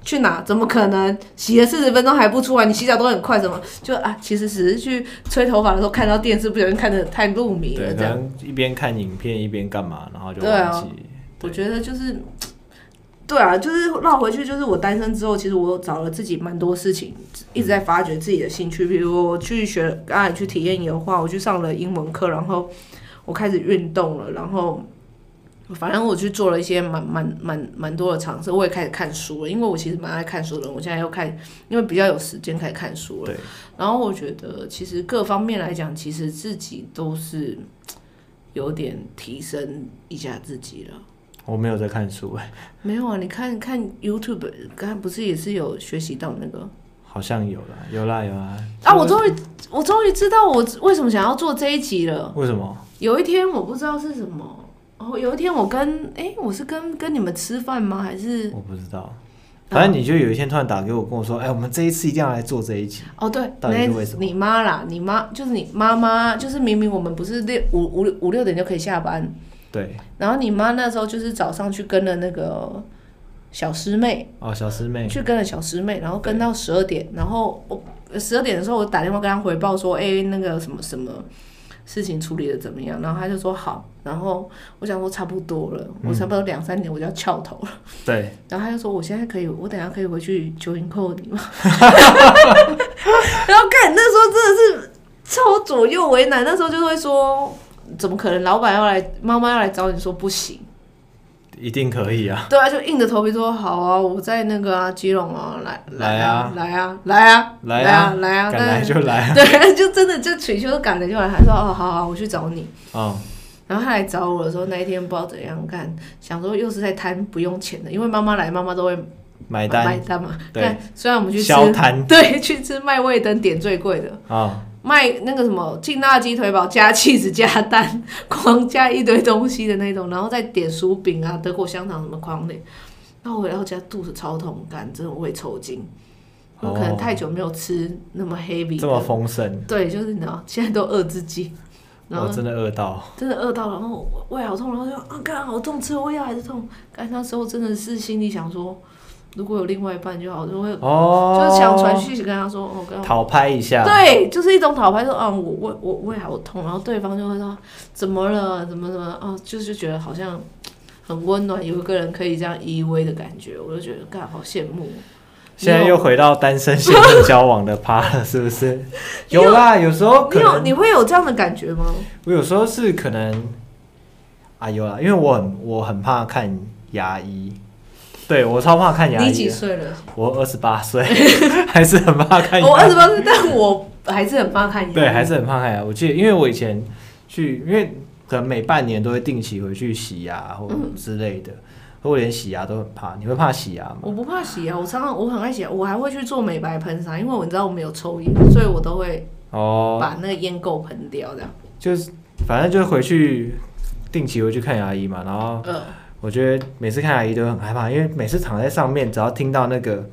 Speaker 1: 去哪？怎么可能？洗了四十分钟还不出来？你洗澡都很快，怎么就啊？其实只是去吹头发的时候看到电视，不小心看的太入迷
Speaker 2: 对，
Speaker 1: 了，
Speaker 2: 可
Speaker 1: 这样。
Speaker 2: 能一边看影片一边干嘛，然后就
Speaker 1: 对啊
Speaker 2: 忘记。
Speaker 1: 我觉得就是，对啊，就是绕回去，就是我单身之后，其实我找了自己蛮多事情，一直在发掘自己的兴趣，比如我去学，刚才去体验油画，我去上了英文课，然后我开始运动了，然后。反正我去做了一些蛮蛮蛮蛮多的尝试，我也开始看书了，因为我其实蛮爱看书的人，我现在又看，因为比较有时间开始看书了
Speaker 2: 对。
Speaker 1: 然后我觉得其实各方面来讲，其实自己都是有点提升一下自己了。
Speaker 2: 我没有在看书，哎
Speaker 1: 没有啊，你看看 YouTube，刚才不是也是有学习到那个
Speaker 2: 好像有啦，有啦，有啦。
Speaker 1: 啊？我终于，我终于知道我为什么想要做这一集了。
Speaker 2: 为什么？
Speaker 1: 有一天我不知道是什么，哦，有一天我跟哎、我是跟跟你们吃饭吗？还是
Speaker 2: 我不知
Speaker 1: 哦
Speaker 2: 道。反正你就有一天突然打给我，跟我说：“哎、我们这一次一定要来做这一集。
Speaker 1: 哦对，
Speaker 2: 到底
Speaker 1: 那
Speaker 2: 是为什么
Speaker 1: 你妈啦，你妈就是你妈妈，就是明明我们不是六五五六五六点就可以下班，”
Speaker 2: 对，
Speaker 1: 然后你妈那时候就是早上去跟了那个小师妹，
Speaker 2: 哦，小师妹，
Speaker 1: 去跟了小师妹，然后跟到十二点，然后我十二点的时候我打电话跟她回报说，哎、那个什么什么事情处理的怎么样？然后她就说好，然后我想说差不多了，我差不多两三点我就要翘头了，
Speaker 2: 对，
Speaker 1: 然后她就说我现在可以，我等一下可以回去九零扣你吗？然后干那时候真的是超左右为难，那时候就会说怎么可能，老板要来，妈妈要来找你说不行。
Speaker 2: 一定可以啊！
Speaker 1: 对啊，就硬着头皮说好啊，我在那个啊基隆啊，来
Speaker 2: 来啊
Speaker 1: 来啊来啊
Speaker 2: 来啊
Speaker 1: 啊来啊，
Speaker 2: 敢来
Speaker 1: 但
Speaker 2: 就来啊！
Speaker 1: <laughs> 啊对，就真的就取消赶了就来，还说哦好好，我去找你。
Speaker 2: 嗯，
Speaker 1: 然后他来找我的时候，那一天不知道怎样干，想说又是在贪不用钱的，因为妈妈来，妈妈都会
Speaker 2: 买单
Speaker 1: 买单嘛。
Speaker 2: 对
Speaker 1: 但虽然我们去吃，
Speaker 2: 消摊
Speaker 1: 对，去吃麦味登点最贵的，
Speaker 2: 啊，
Speaker 1: 卖那个什么劲辣鸡腿堡加 cheese 加蛋， <laughs> 狂加一堆东西的那种，然后再点薯饼啊、德国香肠什么狂点。然后回到家肚子超痛，感真的胃抽筋，我可能
Speaker 2: 哦
Speaker 1: 太久没有吃那么 heavy，
Speaker 2: 这么
Speaker 1: 的
Speaker 2: 丰盛，
Speaker 1: 对，就是你知道，现在都饿自己，然后
Speaker 2: 我真的饿到
Speaker 1: 真的饿到，然后胃好痛，然后就啊，干好痛，吃了胃药还是痛。干那时候真的是心里想说，如果有另外一半就好，就会、
Speaker 2: 哦，
Speaker 1: 就是想传讯息跟他说，哦，刚
Speaker 2: 讨拍一下，
Speaker 1: 对，就是一种讨拍，说啊，我胃我胃好痛，然后对方就会说怎么了，怎么怎么啊，就是觉得好像很温暖，有一个人可以这样依偎的感觉，我就觉得干好羡慕。
Speaker 2: 现在又回到单身先入交往的趴了，是不
Speaker 1: <laughs>
Speaker 2: 是？有啦，有时候
Speaker 1: 你
Speaker 2: 可
Speaker 1: 有
Speaker 2: 能
Speaker 1: 你会有这样的感觉吗？
Speaker 2: 我有时候是可能啊，有啦，因为我很我很怕看牙医，对我超怕看牙
Speaker 1: 你
Speaker 2: 医
Speaker 1: 几
Speaker 2: 的，
Speaker 1: 岁了？
Speaker 2: 我二十八
Speaker 1: <laughs>
Speaker 2: 岁，还是很怕看牙医。
Speaker 1: 我二十八岁，但我还是很怕看牙医。
Speaker 2: 对，还是很怕看牙。我记得，因为我以前去，因为可能每半年都会定期回去洗牙或之类的，可我连洗牙都很怕。你会怕洗牙吗？
Speaker 1: 我不怕洗牙，啊我常常我很爱洗牙，我还会去做美白喷砂，因为我知道我没有抽烟，所以我都会
Speaker 2: 哦，
Speaker 1: 把那个烟垢喷掉这样。
Speaker 2: 就是反正就是回去定期回去看牙医嘛，然后
Speaker 1: 呃，
Speaker 2: 我觉得每次看牙医都很害怕，因为每次躺在上面，只要听到那个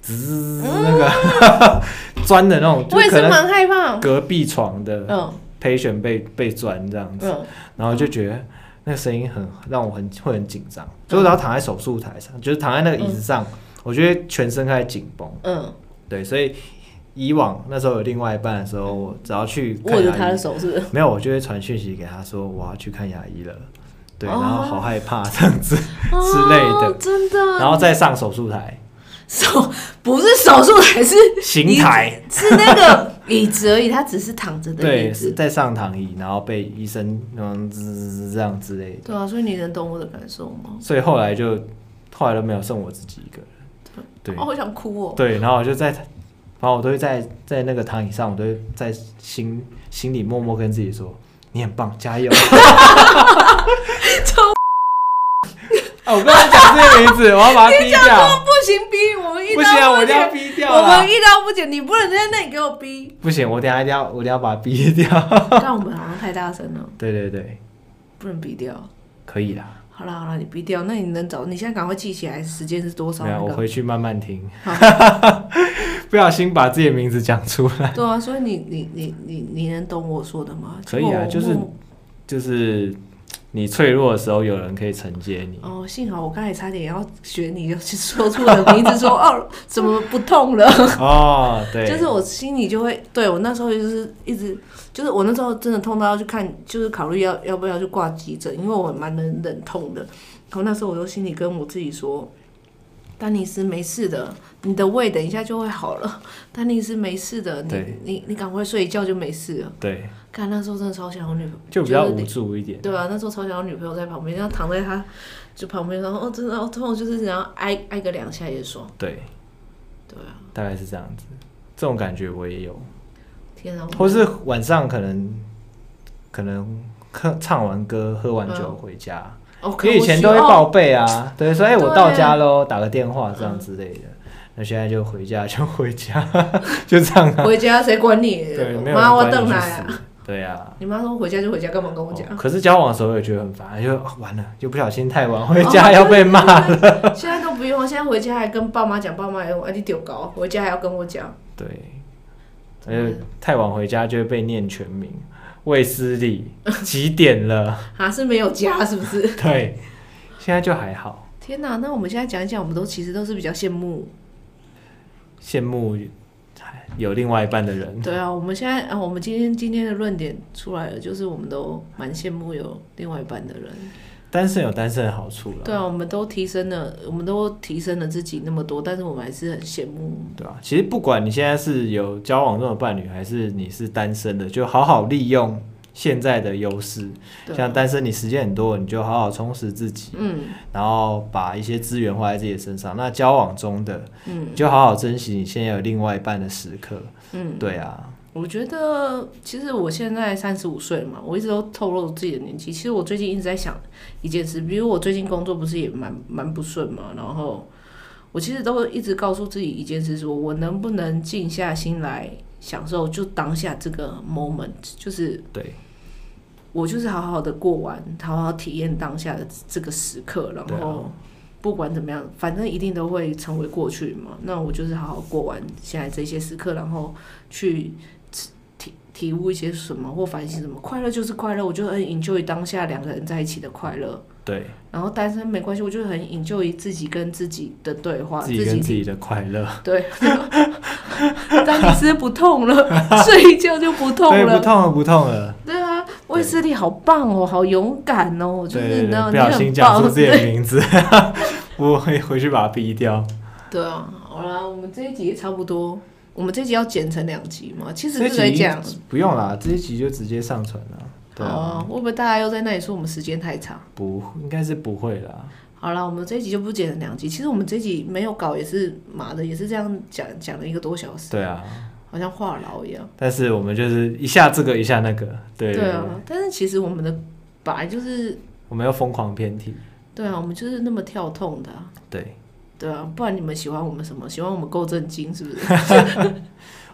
Speaker 2: 滋那个
Speaker 1: <laughs>
Speaker 2: 钻的那种，就
Speaker 1: 嗯我也
Speaker 2: 可
Speaker 1: 是
Speaker 2: 能
Speaker 1: 蛮害怕。
Speaker 2: 隔壁床的
Speaker 1: 嗯
Speaker 2: patient 被被钻这样子，
Speaker 1: 嗯，
Speaker 2: 然后就觉得那个声音很让我很会很紧张，所以我只要躺在手术台上，就是躺在那个椅子上，我觉得全身开始紧绷。
Speaker 1: 嗯，
Speaker 2: 对，所以以往那时候有另外一半的时候，我只要去看
Speaker 1: 握着
Speaker 2: 牙医
Speaker 1: 他的手是不是？
Speaker 2: 没有，我就会传讯息给他说我要去看牙医了，对，
Speaker 1: 哦
Speaker 2: 然后好害怕这样子之类的，
Speaker 1: <laughs> 哦、真的。
Speaker 2: 然后再上手术台、
Speaker 1: 手不是手术台，是
Speaker 2: 行台，
Speaker 1: 椅子，是那个椅子而已，它只是躺着的椅
Speaker 2: <laughs> 对，
Speaker 1: 子。
Speaker 2: 再上躺椅，然后被医生嗯滋滋滋这样之类的，
Speaker 1: 对啊，所以你能懂我的感受吗？
Speaker 2: 所以后来就后来都没有剩我自己一个人，对
Speaker 1: 哦，我想哭哦。
Speaker 2: 对，然后我就在，然后我都会在在那个躺椅上，我都会在心心里默默跟自己说，你很棒，加
Speaker 1: <laughs>
Speaker 2: 油。啊！我不要讲这个名字，我要把它 <laughs> 逼掉。
Speaker 1: 不行，逼我们一
Speaker 2: 不行啊，
Speaker 1: 刀
Speaker 2: 我一定要
Speaker 1: 剪，
Speaker 2: 逼掉啊
Speaker 1: 我
Speaker 2: 啦
Speaker 1: 们！一刀不剪，你不能在那里给我逼。
Speaker 2: 不行，我等一下一定要，我一定要把它逼掉。 <laughs>
Speaker 1: 但我们好像太大声了，
Speaker 2: 对对对，
Speaker 1: 不能逼掉。
Speaker 2: 可以啦。
Speaker 1: 好啦好啦，你逼掉，那你能找？你现在赶快记起来，时间是多少？
Speaker 2: 没有，我
Speaker 1: 那个
Speaker 2: 回去慢慢听
Speaker 1: 好。
Speaker 2: <laughs> 不小心把自己的名字讲出来， <laughs>
Speaker 1: 对啊，所以你你你你你能懂我说的吗？
Speaker 2: 可以啊
Speaker 1: 结果我
Speaker 2: 就是就是你脆弱的时候，有人可以承接
Speaker 1: <laughs>
Speaker 2: 你。
Speaker 1: 哦，幸好我刚才差点要学你，就是说出了名字说哦，怎么不痛了？
Speaker 2: 哦，对，
Speaker 1: <laughs> 就是我心里就会，对我那时候就是一直，就是我那时候真的痛到要去看，就是考虑要要不要去挂急诊，因为我蛮能忍痛的。然后那时候我就心里跟我自己说，丹尼斯没事的，你的胃等一下就会好了， <laughs> 丹尼斯没事的，你
Speaker 2: 对
Speaker 1: 你你赶快睡一觉就没事了。
Speaker 2: 对，
Speaker 1: 看那时候真的超想有女朋友，
Speaker 2: 就比较
Speaker 1: 是
Speaker 2: 无助一点。
Speaker 1: 对啊，那时候超想要女朋友在旁边，然后躺在他就旁边，然后哦，真的好痛，就是然后挨挨个两下也爽。
Speaker 2: 对，
Speaker 1: 对啊，
Speaker 2: 大概是这样子。这种感觉我也有，
Speaker 1: 天啊！
Speaker 2: 或是晚上可能可能喝唱完歌、喝完酒回家，
Speaker 1: 哦，可
Speaker 2: 因为以前都会报备啊，对，所以
Speaker 1: 哦对
Speaker 2: 我到家喽，打个电话这样之类的。那现在就回家 <laughs> 就回家，就这样啊。
Speaker 1: 回家谁管你？
Speaker 2: 对，没有
Speaker 1: 妈，
Speaker 2: 人
Speaker 1: 我
Speaker 2: 管
Speaker 1: 等
Speaker 2: 你去
Speaker 1: 来啊！
Speaker 2: 死。对啊。
Speaker 1: 你妈说回家就回家，干嘛跟我讲
Speaker 2: 哦？可是交往的时候也觉得很烦，就、哦完了，就不小心太晚 <laughs> 回
Speaker 1: 哦
Speaker 2: 家 <laughs>
Speaker 1: 对
Speaker 2: 要被骂了。
Speaker 1: 现在都不用，现在回家还跟爸妈讲，爸妈也说哎你丢高，回家还要跟我讲。
Speaker 2: 对，而且太晚回家就会被念全名，卫斯理 <laughs> 几点
Speaker 1: <laughs>
Speaker 2: 了？
Speaker 1: 啊，是没有家是不是？ <laughs>
Speaker 2: 对，现在就还好，
Speaker 1: 天哪、那我们现在讲一讲，我们都其实都是比较羡慕。
Speaker 2: 羡慕有另外一半的人。
Speaker 1: 对啊，我们现在啊，我们今天今天的论点出来了，就是我们都蛮羡慕有另外一半的人。
Speaker 2: 单身有单身的好处了，
Speaker 1: 对啊，我们都提升了，我们都提升了自己那么多，但是我们还是很羡慕。
Speaker 2: 对啊，其实不管你现在是有交往中的伴侣，还是你是单身的，就好好利用现在的优势。
Speaker 1: 对啊
Speaker 2: 像单身，你时间很多，你就好好充实自己，
Speaker 1: 嗯，
Speaker 2: 然后把一些资源花在自己的身上。那交往中的，
Speaker 1: 嗯
Speaker 2: 你就好好珍惜你现在有另外一半的时刻。
Speaker 1: 嗯，
Speaker 2: 对啊，
Speaker 1: 我觉得其实我现在三十五岁了嘛，我一直都透露自己的年纪。其实我最近一直在想一件事，比如我最近工作不是也蛮蛮不顺嘛，然后我其实都一直告诉自己一件事说，我能不能静下心来享受就当下这个 moment，就是
Speaker 2: 对，
Speaker 1: 我就是好好的过完，好好体验当下的这个时刻，
Speaker 2: 对
Speaker 1: 然
Speaker 2: 啊
Speaker 1: 后不管怎么样，反正一定都会成为过去嘛。那我就是好好过完现在这些时刻，然后去体体悟一些什么或反省什么。快乐就是快乐，我就很 enjoy 当下两个人在一起的快乐。
Speaker 2: 对
Speaker 1: 然后单身没关系，我就很 enjoy 自己跟自己的对话，
Speaker 2: 自己跟自己的快乐，
Speaker 1: 对。 <laughs> 当你吃不痛了， <laughs> 睡一觉就不痛
Speaker 2: 对，
Speaker 1: 了
Speaker 2: 不，痛了，不痛了，
Speaker 1: 对啊，卫斯理好棒哦，好勇敢哦，就
Speaker 2: 对
Speaker 1: 是
Speaker 2: 对
Speaker 1: 你知道
Speaker 2: 对，
Speaker 1: 你
Speaker 2: 不小心
Speaker 1: 很
Speaker 2: 讲出
Speaker 1: 棒，
Speaker 2: 自己的
Speaker 1: 对
Speaker 2: 名字， <laughs> 我会回去把它逼掉。
Speaker 1: <laughs> 对啊。好啦，我们这一集也差不多，我们这一集要剪成两集嘛，其实
Speaker 2: 这
Speaker 1: 是
Speaker 2: 一
Speaker 1: 可以
Speaker 2: 集
Speaker 1: 讲。
Speaker 2: 不用啦，这一集就直接上传了。
Speaker 1: 好
Speaker 2: 对啊，
Speaker 1: 啊，会不会大家又在那里说我们时间太长？
Speaker 2: 不，应该是不会啦。
Speaker 1: 好啦，我们这一集就不剪成两集。其实我们这一集没有稿，也是妈的，也是这样讲讲了一个多小时，
Speaker 2: 对啊，
Speaker 1: 好像话痨一样。
Speaker 2: 但是我们就是一下这个一下那个，对
Speaker 1: 对啊，但是其实我们的本来就是
Speaker 2: 我们要疯狂偏题，
Speaker 1: 对啊，我们就是那么跳痛的、啊，
Speaker 2: 对。
Speaker 1: 对啊，不然你们喜欢我们什么？喜欢我们够正经是不
Speaker 2: <laughs>
Speaker 1: 是？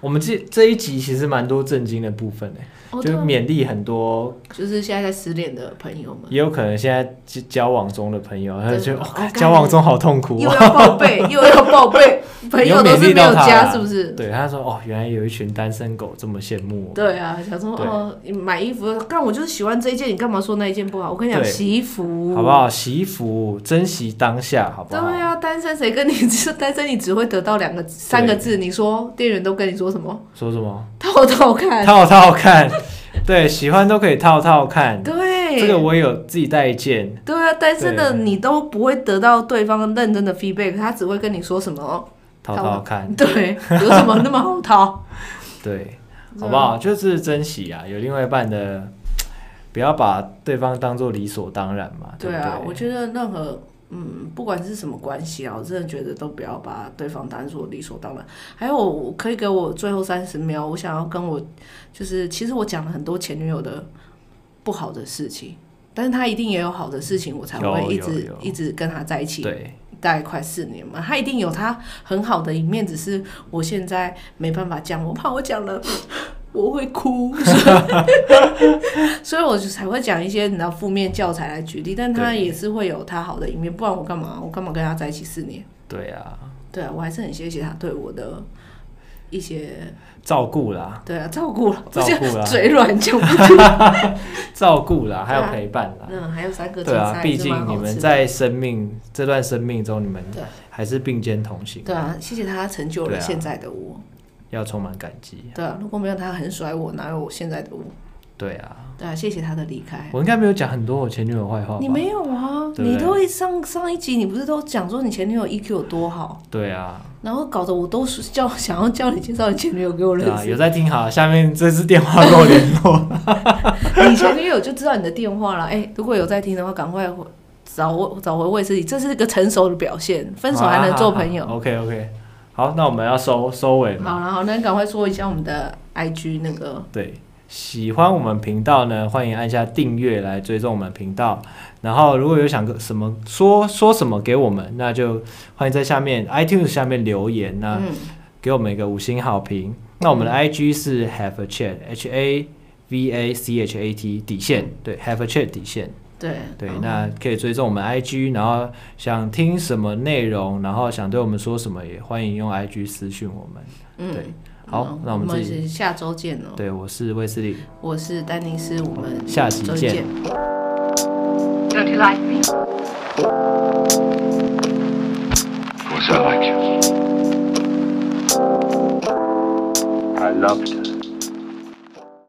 Speaker 2: 我们这这一集其实蛮多震惊的部分诶、
Speaker 1: 哦，
Speaker 2: 就
Speaker 1: 对
Speaker 2: 是
Speaker 1: 啊
Speaker 2: 勉励很多，
Speaker 1: 就是现在在失恋的朋友们，
Speaker 2: 也有可能现在交交往中的朋友，他就觉得
Speaker 1: 对
Speaker 2: 哦
Speaker 1: 哦，
Speaker 2: 交往中好痛苦
Speaker 3: 又
Speaker 2: 哦。
Speaker 3: 要报备，又要报备，
Speaker 1: 朋友都是没有加，是不是？
Speaker 2: <laughs> 对，他说哦，原来有一群单身狗这么羡慕我。
Speaker 1: 对啊，想说
Speaker 2: 对
Speaker 1: 哦，你买衣服，干我就是喜欢这一件，你干嘛说那一件不好？我跟你讲，
Speaker 2: 对
Speaker 1: 洗衣服，
Speaker 2: 好不？好？洗衣服，珍惜当下，好不
Speaker 1: 对
Speaker 2: 好？
Speaker 1: 啊，单身谁跟你 <laughs> 单身，你只会得到两个三个字。你说店员都跟你说什么？
Speaker 2: 说什么？
Speaker 1: 套套看，
Speaker 2: 套套
Speaker 1: <laughs>
Speaker 2: 看，对，喜欢都可以套套看。
Speaker 1: 对，
Speaker 2: 这个我也有自己带一件，
Speaker 1: 对啊，单身的
Speaker 2: 对
Speaker 1: 你都不会得到对方认真的 feedback，他只会跟你说什么？
Speaker 2: 套
Speaker 1: 套
Speaker 2: 套看，
Speaker 1: 对，有什么那么好套？
Speaker 2: 对，
Speaker 1: 嗯
Speaker 2: 好不好？就是珍惜啊，有另外一半的，不要把对方当做理所当然嘛，
Speaker 1: 对
Speaker 2: 不
Speaker 1: 啊，我
Speaker 2: 对？
Speaker 1: 觉得任何嗯，不管是什么关系啊，我真的觉得都不要把对方当做理所当然。还有，我可以给我最后三十秒，我想要跟我就是，其实我讲了很多前女友的不好的事情，但是她一定也有好的事情，我才
Speaker 2: 有
Speaker 1: 会一
Speaker 2: 有
Speaker 1: 直
Speaker 2: 有
Speaker 1: 一直跟她在一起，
Speaker 2: 对，
Speaker 1: 大概快四年嘛，她一定有她很好的一面，只是我现在没办法讲，我怕我讲了。 <laughs> 我会哭， <laughs> 所以我就才会讲一些你知道负面教材来举例，但他
Speaker 2: 对
Speaker 1: 也是会有他好的一面，不然我干嘛？我干嘛跟他在一起四年？
Speaker 2: 对啊，
Speaker 1: 对啊，我还是很谢谢他对我的一些
Speaker 2: 照顾啦，
Speaker 1: 对啊照顾了，
Speaker 2: 照顾啦
Speaker 1: 我现在 <laughs> 嘴软讲不出。
Speaker 2: 照顾啦，还有
Speaker 1: 对啊
Speaker 2: 陪伴啦。
Speaker 1: 嗯，还有三个青
Speaker 2: 对
Speaker 1: 菜
Speaker 2: 啊，毕
Speaker 1: 是蛮
Speaker 2: 竟
Speaker 1: 好
Speaker 2: 你们
Speaker 1: 吃的
Speaker 2: 在生命这段生命中，你们
Speaker 1: 对
Speaker 2: 还是并肩同行，
Speaker 1: 对啊，谢谢他成就
Speaker 2: 对
Speaker 1: 了
Speaker 2: 啊
Speaker 1: 现在的我。
Speaker 2: 要充满感激。
Speaker 1: 对啊，如果没有他很甩我，哪有我现在的我？
Speaker 2: 对啊，
Speaker 1: 对啊，谢谢他的离开。
Speaker 2: 我应该没有讲很多我前女友的坏话吧？
Speaker 1: 你没有啊？
Speaker 2: 对不
Speaker 1: 你
Speaker 2: 对
Speaker 1: 都会上上一集，你不是都讲说你前女友 EQ 有多好？
Speaker 2: 对啊，
Speaker 1: 然后搞得我都是叫想要叫你介绍你前女友给我认
Speaker 2: 对啊，
Speaker 1: 识，
Speaker 2: 有在听好，下面这支电话跟我联络。
Speaker 1: <laughs> 你前女友就知道你的电话了。哎、如果有在听的话，赶快回找我找回卫斯理，这是一个成熟的表现， <laughs> 分手还能做
Speaker 2: <laughs>
Speaker 1: 朋友。
Speaker 2: OK OK，好，那我们要收收尾嘛。
Speaker 1: 好然后那赶快说一下我们的 IG 那个，
Speaker 2: 对，喜欢我们频道呢，欢迎按下订阅来追踪我们频道。然后如果有想个什么说说什么给我们，那就欢迎在下面 iTunes 下面留言那
Speaker 1: 嗯，
Speaker 2: 给我们一个五星好评。那我们的 IG 是 Have a Chat H A V A C H A T 底线，对，Have a Chat 底线。
Speaker 1: 对
Speaker 2: 对
Speaker 1: 然，后
Speaker 2: 那可以追踪我们 IG，然后想听什么内容，然后想对我们说什么，也欢迎用 IG 私讯我们。
Speaker 1: 嗯
Speaker 2: 对，好
Speaker 1: 嗯
Speaker 2: 那我
Speaker 1: 我
Speaker 2: 们自己
Speaker 1: 是下周见哦。
Speaker 2: 对我是卫斯理，
Speaker 1: 我是丹尼斯，我们
Speaker 2: 下集
Speaker 1: 周一
Speaker 2: 见
Speaker 1: 见。
Speaker 3: Don't you like me?
Speaker 4: Of course I like you. I loved her.